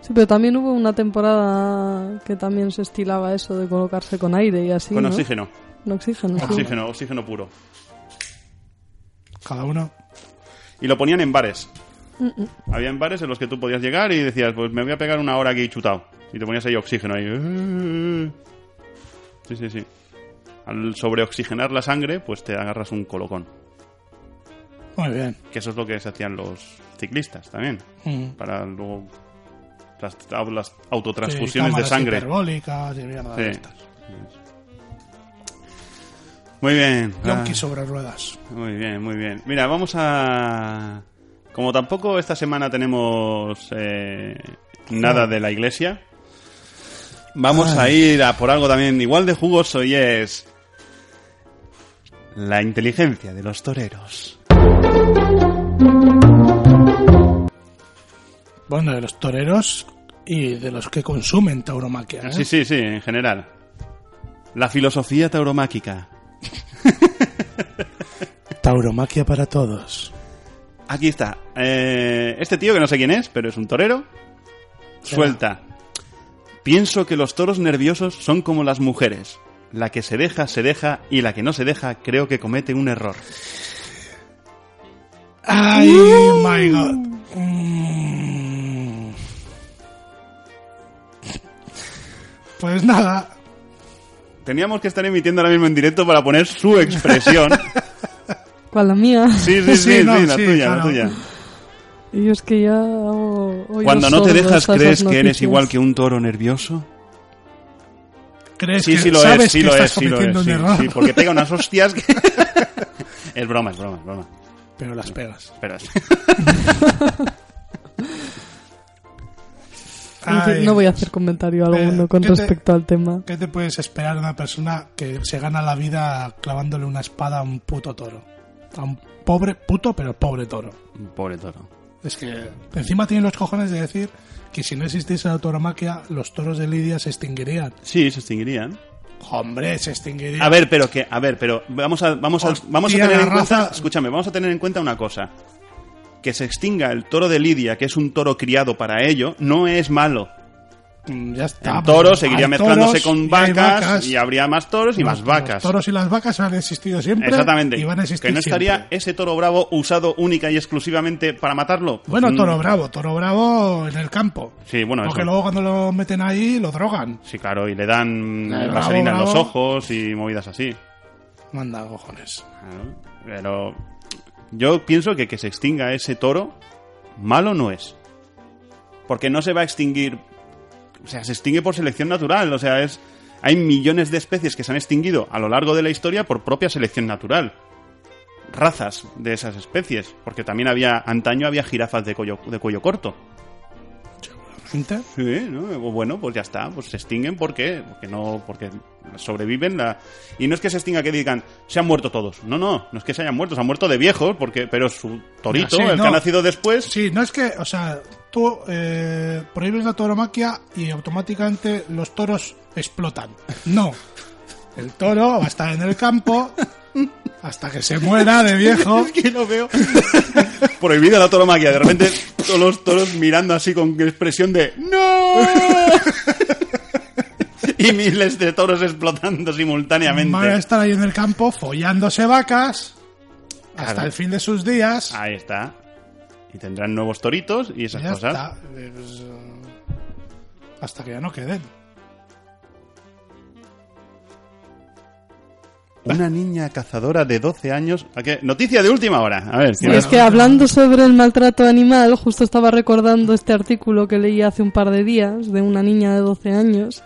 Sí, pero también hubo una temporada que también se estilaba eso de colocarse con aire y así. con ¿no? oxígeno. Con oxígeno, sí. Oxígeno, oxígeno puro. Cada uno. Y lo ponían en bares. Mm, Había en bares en los que tú podías llegar y decías, pues me voy a pegar una hora aquí chutado. Y te ponías ahí oxígeno ahí. Sí, sí, sí. Al sobreoxigenar la sangre, pues te agarras un colocón. Muy bien. Que eso es lo que se hacían los ciclistas también. Mm. Para luego las, las Sí, autotransfusiones de cámaras sangre. hiperbólicas y mierda de Sí. estas. Muy bien. Yonki Ah. sobre ruedas. Muy bien, muy bien. Mira, vamos a... Como tampoco esta semana tenemos eh, nada de la iglesia, vamos a ir a por algo también igual de jugoso y es... La inteligencia de los toreros. Bueno, de los toreros y de los que consumen tauromaquia. ¿eh? Sí, sí, sí, en general. La filosofía tauromáquica. Tauromaquia para todos. Aquí está. Eh, este tío, que no sé quién es, pero es un torero, suelta. Pienso que los toros nerviosos son como las mujeres. La que se deja, se deja, y la que no se deja, creo que comete un error. Ay, Uh. my god. Mm. Pues nada, Teníamos que estar emitiendo ahora mismo en directo para poner su expresión. ¿Cuál la mía? Sí, sí, sí, Sí, sí, no, la sí, tuya, la claro. tuya. Y yo es que ya hago oídos Cuando no te sordos dejas, a esas ¿crees que eres noticias. igual que un toro nervioso? ¿crees Sí, que sí lo sabes es, sí que lo es, estás sí lo cometiendo es. un Sí, error? sí, porque pega unas hostias que... es broma, es broma, es broma. Pero las pegas. Espera. En fin, Ay, no voy a hacer comentario Eh, alguno con ¿qué te- respecto al tema. ¿Qué te puedes esperar de una persona que se gana la vida clavándole una espada a un puto toro? A un pobre puto, pero pobre toro. Pobre toro. Es que encima tienen los cojones de decir que si no existiese la tauromaquia, los toros de Lidia se extinguirían. Sí, se extinguirían. Hombre, se extinguirían. A ver, pero que, a ver, pero vamos a, vamos a, Hostia, vamos a tener la en cuenta, raza. escúchame, vamos a tener en cuenta una cosa. Que se extinga el toro de Lidia, que es un toro criado para ello, no es malo. Mm, ya está. El toro pues, seguiría hay mezclándose toros con y hay Mm, vacas y, habría más toros y más Los- vacas. Los toros y las vacas han existido siempre. Exactamente. Y van a existir que no estaría siempre. ese toro bravo usado única y exclusivamente para matarlo. Pues, Bueno, mm, toro bravo, toro bravo en el campo. Sí, bueno, Porque eso. luego cuando lo meten ahí, lo drogan. Sí, claro, y le dan Bravo, vaselina en los bravo. ojos y movidas así. Manda cojones. Claro, Pero yo pienso que que se extinga ese toro, malo no es. Porque no se va a extinguir. O sea, se extingue por selección natural. O sea, es. Hay millones de especies que se han extinguido a lo largo de la historia por propia selección natural. razas de esas especies, porque también había antaño había jirafas de cuello, de cuello corto. Gente, Sí, ¿no? bueno, pues ya está, pues se extinguen porque, porque no, porque sobreviven la... y no es que se extinga que digan se han muerto todos, no, no, no es que se hayan muerto, se han muerto de viejos, porque, pero su torito, Ah, Sí, el no. que ha nacido después, Sí, no es que, o sea, tú eh, prohíbes la tauromaquia y automáticamente los toros explotan. No. El toro va a estar en el campo hasta que se muera de viejo. Es que lo veo. Prohibida la toromaquia. De repente, todos los toros mirando así con expresión de ¡No! y miles de toros explotando simultáneamente. Van a estar ahí en el campo follándose vacas hasta Claro. el fin de sus días. Ahí está. Y tendrán nuevos toritos y esas Ya cosas. está. Eh, pues, eh, hasta que ya no queden. Una niña cazadora de 12 años. ¿A qué? Noticia de última hora. A ver, Es que hablando sobre el maltrato animal, justo estaba recordando este artículo que leí hace un par de días de una niña de 12 años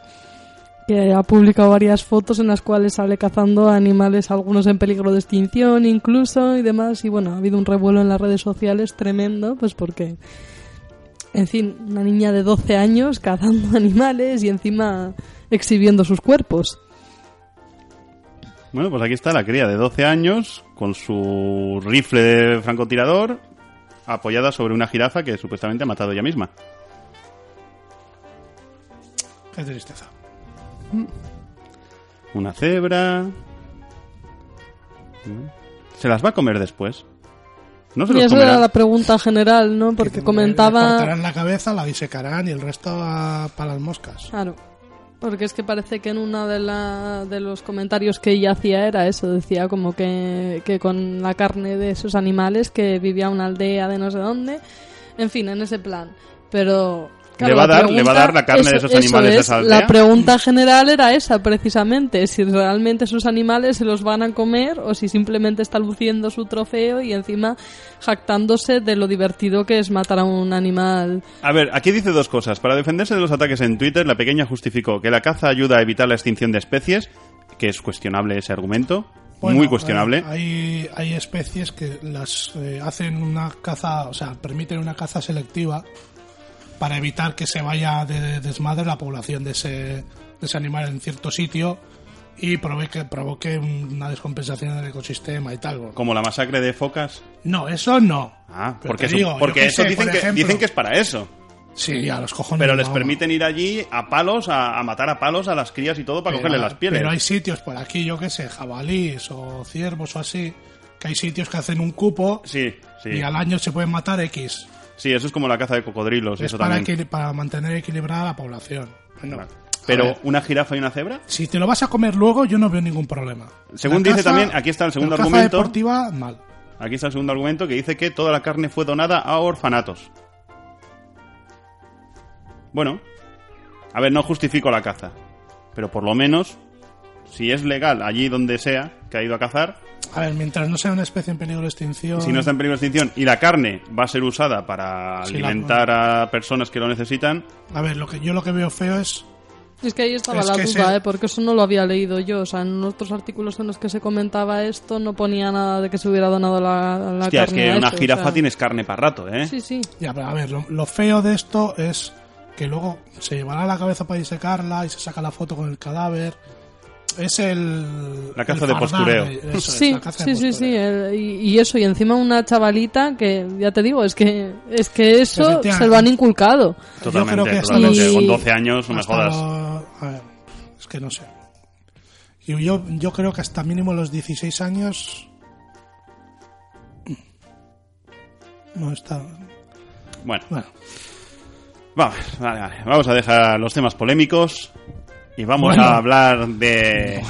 que ha publicado varias fotos en las cuales sale cazando a animales, algunos en peligro de extinción incluso y demás. Y bueno, ha habido un revuelo en las redes sociales tremendo, pues porque, en fin, una niña de 12 años cazando animales y encima exhibiendo sus cuerpos. Bueno, pues aquí está la cría de 12 años con su rifle de francotirador apoyada sobre una jirafa que supuestamente ha matado ella misma. Qué tristeza. Una cebra. Se las va a comer después. No se Y los esa era comerá. la pregunta general, ¿no? Que Porque le- comentaba... le cortarán la cabeza, la disecarán y el resto va para las moscas. Claro. Porque es que parece que en uno de, la- de los comentarios que ella hacía era eso, decía como que, que con la carne de esos animales que vivía una aldea de no sé dónde, en fin, en ese plan. Pero... Le va a la dar- le va a dar la carne de esos animales de es, esa aldea. La pregunta general era esa, precisamente, si realmente esos animales se los van a comer o si simplemente está luciendo su trofeo y encima jactándose de lo divertido que es matar a un animal A ver, aquí dice dos cosas. Para defenderse de los ataques en Twitter, la pequeña justificó que la caza ayuda a evitar la extinción de especies, que es cuestionable ese argumento, Bueno, muy cuestionable. eh, hay, hay especies que las eh, hacen una caza, o sea, permiten una caza selectiva para evitar que se vaya de, de desmadre la población de ese, de ese animal en cierto sitio y provoque, provoque una descompensación en el ecosistema y tal. Como la masacre de focas. No, eso no. Ah, Pero porque, te eso- digo, yo porque qué eso sé, dicen, por que, ejemplo. dicen que es para eso. Sí, a los cojones. Pero les no. permiten ir allí a palos, a, a matar a palos a las crías y todo para Pero- cogerle las pieles. Pero hay sitios por aquí, yo qué sé, jabalíes o ciervos o así, que hay sitios que hacen un cupo Sí, sí. y al año se pueden matar X. Sí, eso es como la caza de cocodrilos. es eso para, también. equili- para mantener equilibrada la población. Bueno, a Pero ver, una jirafa y una cebra. si te lo vas a comer luego, yo no veo ningún problema. Según dice también, aquí está el la segundo caza argumento. deportiva, mal. Aquí está el segundo argumento que dice que toda la carne fue donada a orfanatos. Bueno, a ver, no justifico la caza, pero por lo menos, si es legal allí donde sea que ha ido a cazar, A ver, mientras no sea una especie en peligro de extinción. si no está en peligro de extinción y la carne va a ser usada para Sí, la- alimentar a personas que lo necesitan, A ver, lo que, yo lo que veo feo es. Es que ahí estaba Es la que duda, se- ¿eh? porque eso no lo había leído yo. O sea, en otros artículos en los que se comentaba esto no ponía nada de que se hubiera donado la, la hostia, es carne. que a una eso, o jirafa sea. tienes carne para rato, ¿eh? Sí, sí. Ya, pero a ver, lo, lo feo de esto es que luego se llevará la cabeza para disecarla y se saca la foto con el cadáver. Es el. La caza el de fardar postureo. de- eso es, Sí, la caza ¿eh? de sí, sí, sí. postureo. el- y, y eso, y encima una chavalita que, ya te digo, es que, es que eso Efectivamente. se lo han inculcado. Totalmente, Yo creo que hasta totalmente. los- Con 12 años, no me Hasta jodas. lo- a ver, es que no sé. Y yo, yo creo que hasta mínimo los 16 años. No está. Bueno, Bueno, Vamos, vale, vale. Vamos a dejar los temas polémicos y vamos Bueno. a hablar de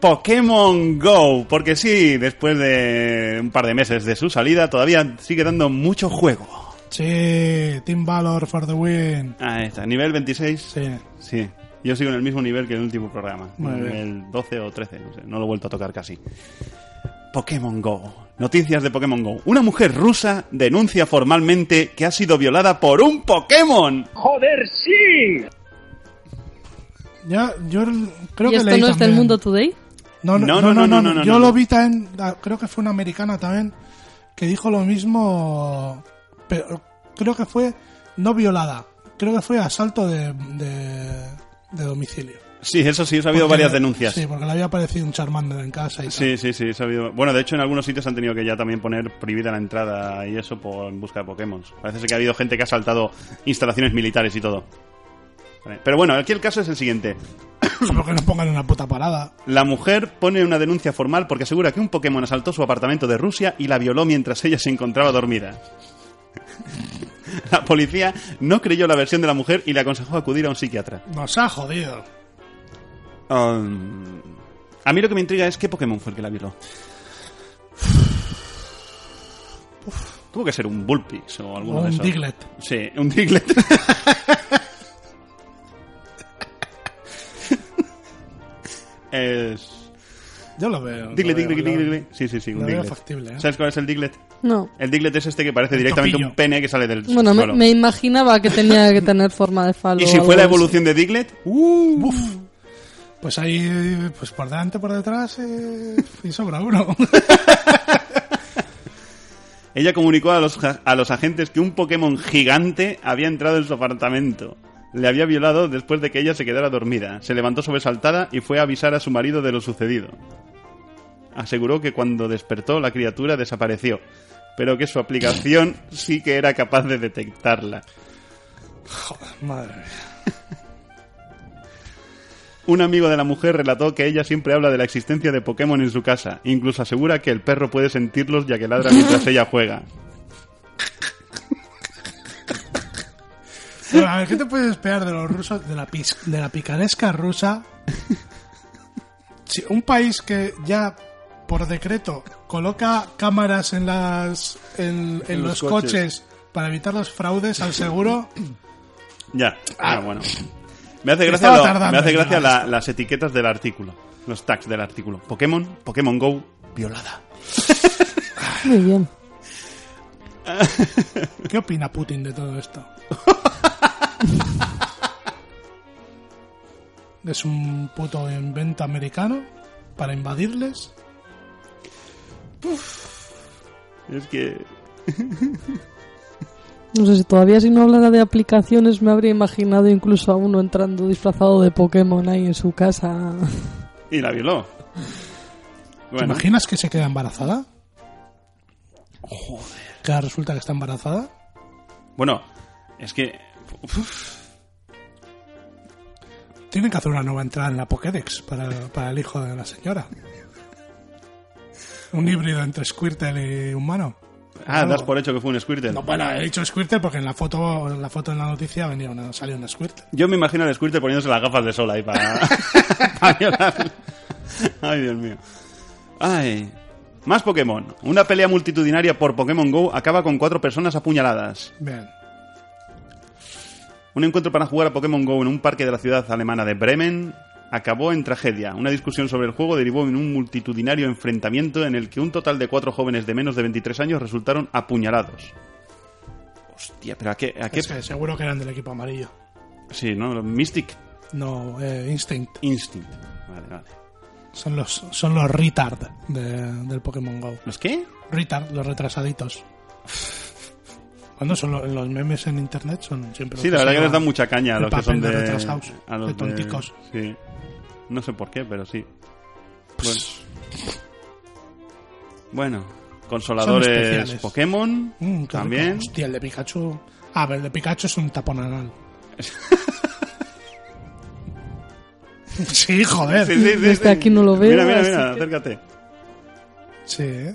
Pokémon Go, porque sí, después de un par de meses de su salida, todavía sigue dando mucho juego. sí, Team Valor for the win. Ahí está, nivel 26. Sí. Sí. Yo sigo en el mismo nivel que en el último programa. Muy bien. El 12 o 13, no sé. No lo he vuelto a tocar casi. Pokémon Go. Noticias de Pokémon Go. Una mujer rusa denuncia formalmente que ha sido violada por un Pokémon. Ya, yo creo ¿Y que esto leí no es del también- mundo today? No, no, no, no, no, Yo lo vi también, ah, creo que fue una americana también, que dijo lo mismo, pero creo que fue no violada, creo que fue asalto de, de, de domicilio. Sí, eso sí, ha habido Porque- varias denuncias. Sí, porque le había aparecido un Charmander en casa y Sí, sí, sí, he sabido. Bueno, de hecho en algunos sitios han tenido que ya también poner prohibida la entrada y eso por, en busca de Pokémon. Parece ser que ha habido gente que ha saltado instalaciones militares y todo. Vale, Pero bueno, aquí el caso es el siguiente. tal. Porque nos pongan en una puta parada. La mujer pone una denuncia formal porque asegura que un Pokémon asaltó su apartamento de Rusia y la violó mientras ella se encontraba dormida. La policía no creyó la versión de la mujer y le aconsejó acudir a un psiquiatra. Nos ha jodido. Um, a mí lo que me intriga es qué Pokémon fue el que la violó. Tuvo que ser un Bullpix o alguno O de un esos. Diglett. Sí, un Diglett. es... Yo lo veo. lo Diglett, veo, Diglett, lo veo. Diglett, Diglett. Sí, sí, sí, un Lo veo Diglett. factible, ¿eh? ¿Sabes cuál es el Diglett? No. El Diglett es este que parece directamente topillo. un pene que sale del Bueno, me, suelo. me imaginaba que tenía que tener forma de falo. Pues Y o si algo fue la de eso. evolución de Diglett, ¡uh! Uf. Pues ahí, pues por delante, por detrás eh, y sobra uno. Ella comunicó a los, ja- a los agentes que un Pokémon gigante había entrado en su apartamento. Le había violado después de que ella se quedara dormida. Se levantó sobresaltada y fue a avisar a su marido de lo sucedido. Aseguró que cuando despertó la criatura desapareció, pero que su aplicación sí que era capaz de detectarla. Madre mía. Un amigo de la mujer relató que ella siempre habla de la existencia de Pokémon en su casa. Incluso asegura que el perro puede sentirlos ya que ladra mientras ella juega. Bueno, a ver, ¿qué te puedes esperar de los rusos, de la, pis- de la picaresca rusa? Si un país que ya por decreto coloca cámaras en las en, en En los, los coches. coches. para evitar los fraudes al seguro, Ya, ah, bueno. Me hace gracia, Estaba lo- tardando me hace en gracia llegar la- las etiquetas del artículo, los tags del artículo. Pokémon, Pokémon Go, violada. Muy bien. ¿qué opina Putin de todo esto? Es un puto invento americano para invadirles. Es que No sé si todavía si no hablara de aplicaciones me habría imaginado incluso a uno entrando disfrazado de Pokémon ahí en su casa. y la violó. ¿Te Bueno, imaginas que se queda embarazada? Joder. Que ahora resulta que está embarazada. bueno, es que uf, Tienen que hacer una nueva entrada en la Pokédex para, para el hijo de la señora. Un híbrido entre Squirtle y humano. ah, das por hecho que fue un Squirtle. No, bueno, he dicho Squirtle porque en la foto, en la foto en la noticia venía una, salió un Squirtle. Yo me imagino al Squirtle poniéndose las gafas de sol ahí para, para violar. Ay, Dios mío. Ay. Más Pokémon. Una pelea multitudinaria por Pokémon Go acaba con cuatro personas apuñaladas. Bien. Un encuentro para jugar a Pokémon Go en un parque de la ciudad alemana de Bremen acabó en tragedia. Una discusión sobre el juego derivó en un multitudinario enfrentamiento en el que un total de cuatro jóvenes de menos de 23 años resultaron apuñalados. Hostia, pero ¿a qué? A qué? Es que seguro que eran del equipo amarillo. Sí, ¿no? Mystic No, eh, Instinct. Instinct. Vale, vale. Son los, son los retard de- del Pokémon GO. ¿Los qué? Retard, los retrasaditos. Cuando son lo- los memes en internet son siempre Sí, los la verdad que se les dan llaman mucha caña a el los que son papel de... de retrasados, a los de tonticos. sí. No sé por qué, pero sí. Pues Bueno. Bueno, consoladores especiales. Pokémon Mm, qué también. rico. Hostia, el de Pikachu. Ah, pero el de Pikachu es un tapón anal. sí, joder. Sí, Sí, sí, sí, Desde sí. aquí no lo veo, Mira, mira, así mira, que- acércate. ¿eh?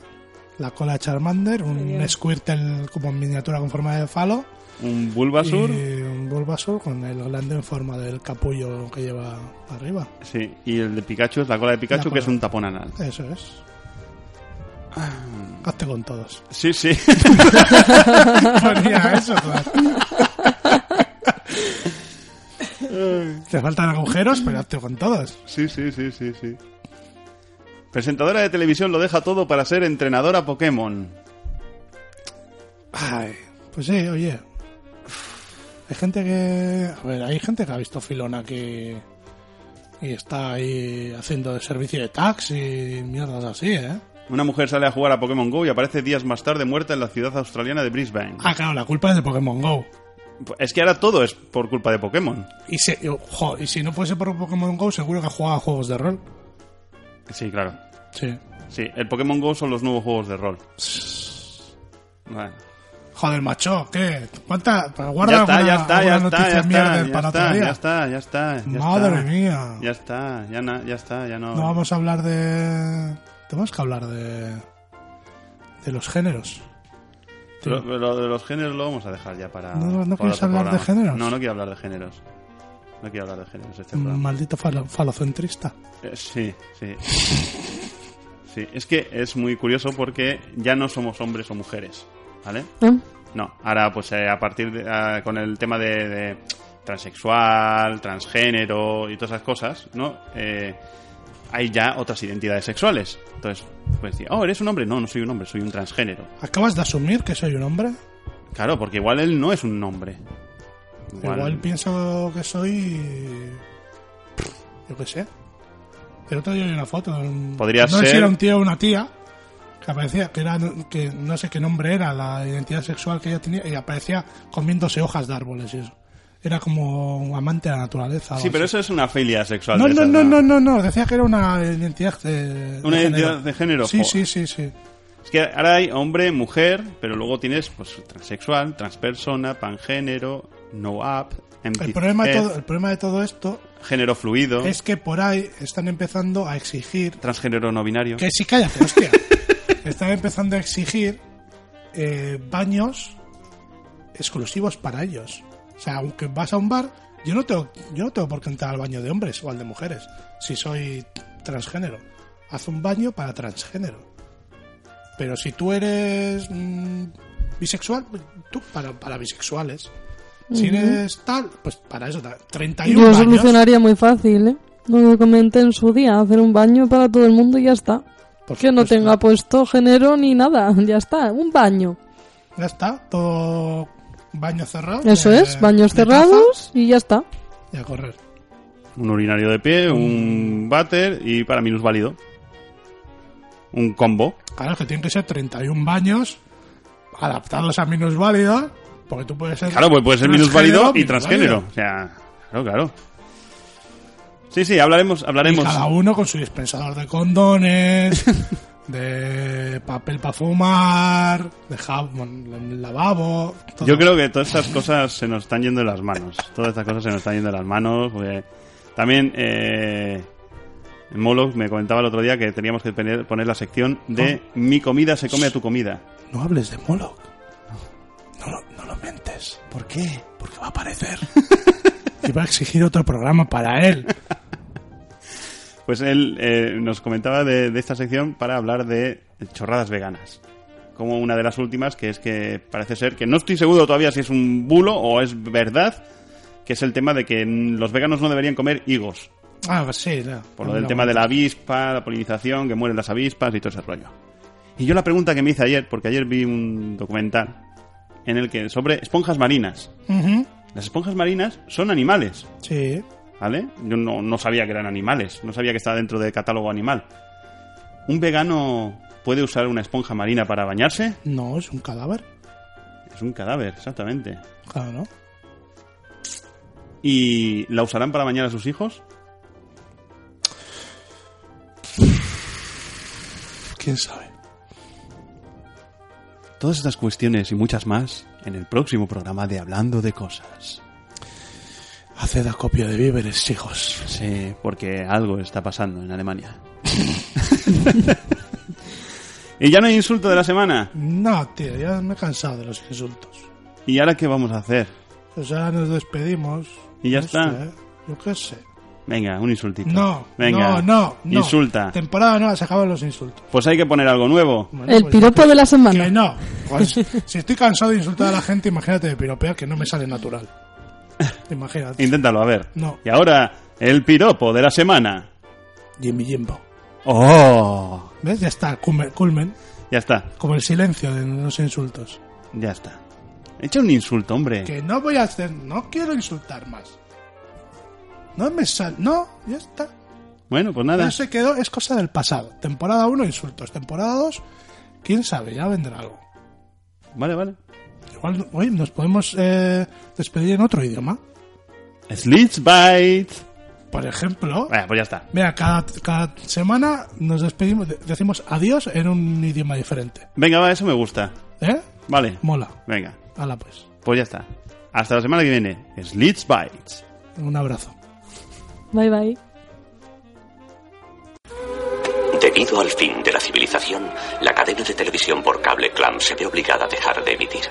La cola de Charmander, un Genial. Squirtle como en miniatura con forma de falo. Un Bulbasur. Y un Bulbasaur con el glande en forma del capullo que lleva arriba. Sí, y el de Pikachu es la cola de Pikachu, La que es cola. un tapón anal. Eso es. Ah. Hazte con todos. Sí, sí. Ponía eso, claro. Te faltan agujeros, pero hazte con todos. sí, sí, sí, sí, sí. Presentadora de televisión lo deja todo para ser entrenadora Pokémon. Ay, pues sí, oye. Hay gente que. A ver, hay gente que ha visto Filona que. y está ahí haciendo el servicio de taxi y mierdas así, ¿eh? Una mujer sale a jugar a Pokémon Go y aparece días más tarde muerta en la ciudad australiana de Brisbane. Ah, claro, la culpa es de Pokémon Go. Es que ahora todo es por culpa de Pokémon. Y si, jo, y si no fuese por Pokémon Go, seguro que jugaba a juegos de rol. Sí, claro. Sí. Sí, el Pokémon Go son los nuevos juegos de rol. Bueno. Joder, macho, ¿qué? ¿Cuánta? pues Guarda Ya está, alguna- ya está, ya alguna está, noticia ya mierda está, ya para otro está, día. ya está, ya está, ya Madre está. mía. Ya está, ya, na- ya está, ya no. No vamos a hablar de... Tenemos que hablar de... De los géneros. Lo, lo de los géneros lo vamos a dejar ya para. No, no para quieres otro hablar de géneros. No, no quiero hablar de géneros. No quiero hablar de géneros este programa. Maldito falo- falocentrista. Eh, Sí, sí. Sí, es que es muy curioso porque ya no somos hombres o mujeres, ¿vale? ¿Eh? No, ahora pues eh, a partir de, ah, con el tema de, de transexual, transgénero y todas esas cosas, ¿no? Eh, hay ya otras identidades sexuales. Entonces, pues decir, oh, eres un hombre. No, no soy un hombre, soy un transgénero. ¿Acabas de asumir que soy un hombre? Claro, porque igual él no es un hombre. Igual, pienso que soy. Yo qué sé. El otro día vi una foto. de un- Podría no sé ser- si era un tío o una tía. Que aparecía, que era. Que no sé qué nombre era la identidad sexual que ella tenía. Y aparecía comiéndose hojas de árboles y eso. Era como un amante de la naturaleza. o Sí, pero así. eso es una filia sexual. No, de no, esas, no, no, no, no. Decía que era una identidad de. de género. Una identidad de género, Sí, joder. sí, sí, sí. Es que ahora hay hombre, mujer, pero luego tienes pues transexual, transpersona, pangénero, no up, El problema, de MTF, todo, el problema de todo esto género fluido, es que por ahí están empezando a exigir transgénero no binario. Que sí, cállate, hostia. Están empezando a exigir eh, baños exclusivos para ellos. O sea, aunque vas a un bar, yo no tengo, yo no tengo por qué entrar al baño de hombres o al de mujeres, si soy transgénero. Haz un baño para transgénero. Pero si tú eres mm, bisexual, tú para, para bisexuales. Si eres tal, pues para eso, ta- 31 Yo baños. solucionaría muy fácil, ¿eh? Lo que comenté en su día, hacer un baño para todo el mundo y ya está. Por que no supuesto. tenga puesto género ni nada, ya está, un baño. Ya está, todo baño cerrado. Eso de- es, baños de taza cerrados y ya está. Y a correr. Un urinario de pie, Mm. un váter y para minusválido. Un combo. Claro, es que tienen que ser 31 baños adaptados a minusválidos, porque tú puedes ser. Claro, pues puede ser transgénero, minusválido y minusválido. transgénero. O sea, claro, claro. Sí, sí, hablaremos, Y hablaremos. cada uno con su dispensador de condones, de papel para fumar, de jabón, lavabo. todo. Yo creo que todas estas cosas se nos están yendo de las manos. Todas estas cosas se nos están yendo de las manos. porque También eh, Moloch me comentaba el otro día que teníamos que poner, poner la sección de mi comida se come a tu comida. No hables de Moloch. No, lo- no lo mentes. ¿Por qué? Porque va a aparecer. y va a exigir otro programa para él. Pues él eh, nos comentaba de, de esta sección para hablar de chorradas veganas. Como una de las últimas, que es que parece ser que no estoy seguro todavía si es un bulo o es verdad, que es el tema de que mm, los veganos no deberían comer higos. Ah, sí, no. Por lo del tema de la avispa, la polinización, que mueren las avispas y todo ese rollo. Y yo la pregunta que me hice ayer, porque ayer vi un documental en el que sobre esponjas marinas. Ujú, Las esponjas marinas son animales, Sí. ¿vale? Yo no, no sabía que eran animales, no sabía que estaba dentro del catálogo animal. ¿Un vegano puede usar una esponja marina para bañarse? No, es un cadáver. Es un cadáver, exactamente. Claro, ¿no? ¿Y la usarán para bañar a sus hijos? Pues ¿Quién sabe? Todas estas cuestiones y muchas más en el próximo programa de Hablando de Cosas. Haced acopio de víveres, chicos. Sí, porque algo está pasando en Alemania. y ya no hay insulto de la semana. No, tío, ya me he cansado de los insultos. ¿Y ahora qué vamos a hacer? Pues ahora nos despedimos. Y ya No está. sé, ¿eh? yo qué sé. Venga, un insultito. No, no, Venga. no, no. Insulta. Temporada nueva, se acaban los insultos. Pues hay que poner algo nuevo. Bueno, El pues- piropo de la Que semana. no. Pues, si estoy cansado de insultar a la gente, imagínate de piropear que no me sale natural. Imagínate. Inténtalo, a ver. No. Y ahora, el piropo de la semana. Jimmy Jimbo. ¡Oh! ¿Ves? Ya está, culmen, culmen. Ya está, Como el silencio de los insultos. ya está. Echa un insulto, hombre. Que no voy a hacer, no quiero insultar más. No me sal... No, ya está. Bueno, pues nada. No se quedó, es cosa del pasado. Temporada 1, insultos. Temporada 2, quién sabe, ya vendrá algo. Vale, vale. Igual, oye, nos podemos eh, despedir en otro idioma. Slits Bite. Por ejemplo, Vale, pues ya está. mira, cada, cada semana nos despedimos, de- decimos adiós en un idioma diferente. Venga, va, eso me gusta. ¿Eh? Vale. Mola. Venga, Hala pues. pues ya está. Hasta la semana que viene. Slits Bites. Un abrazo. Bye bye. Debido al fin de la civilización, la cadena de televisión por cable Clam se ve obligada a dejar de emitir.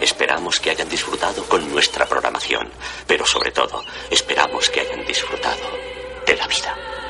Esperamos que hayan disfrutado con nuestra programación, pero sobre todo, esperamos que hayan disfrutado de la vida.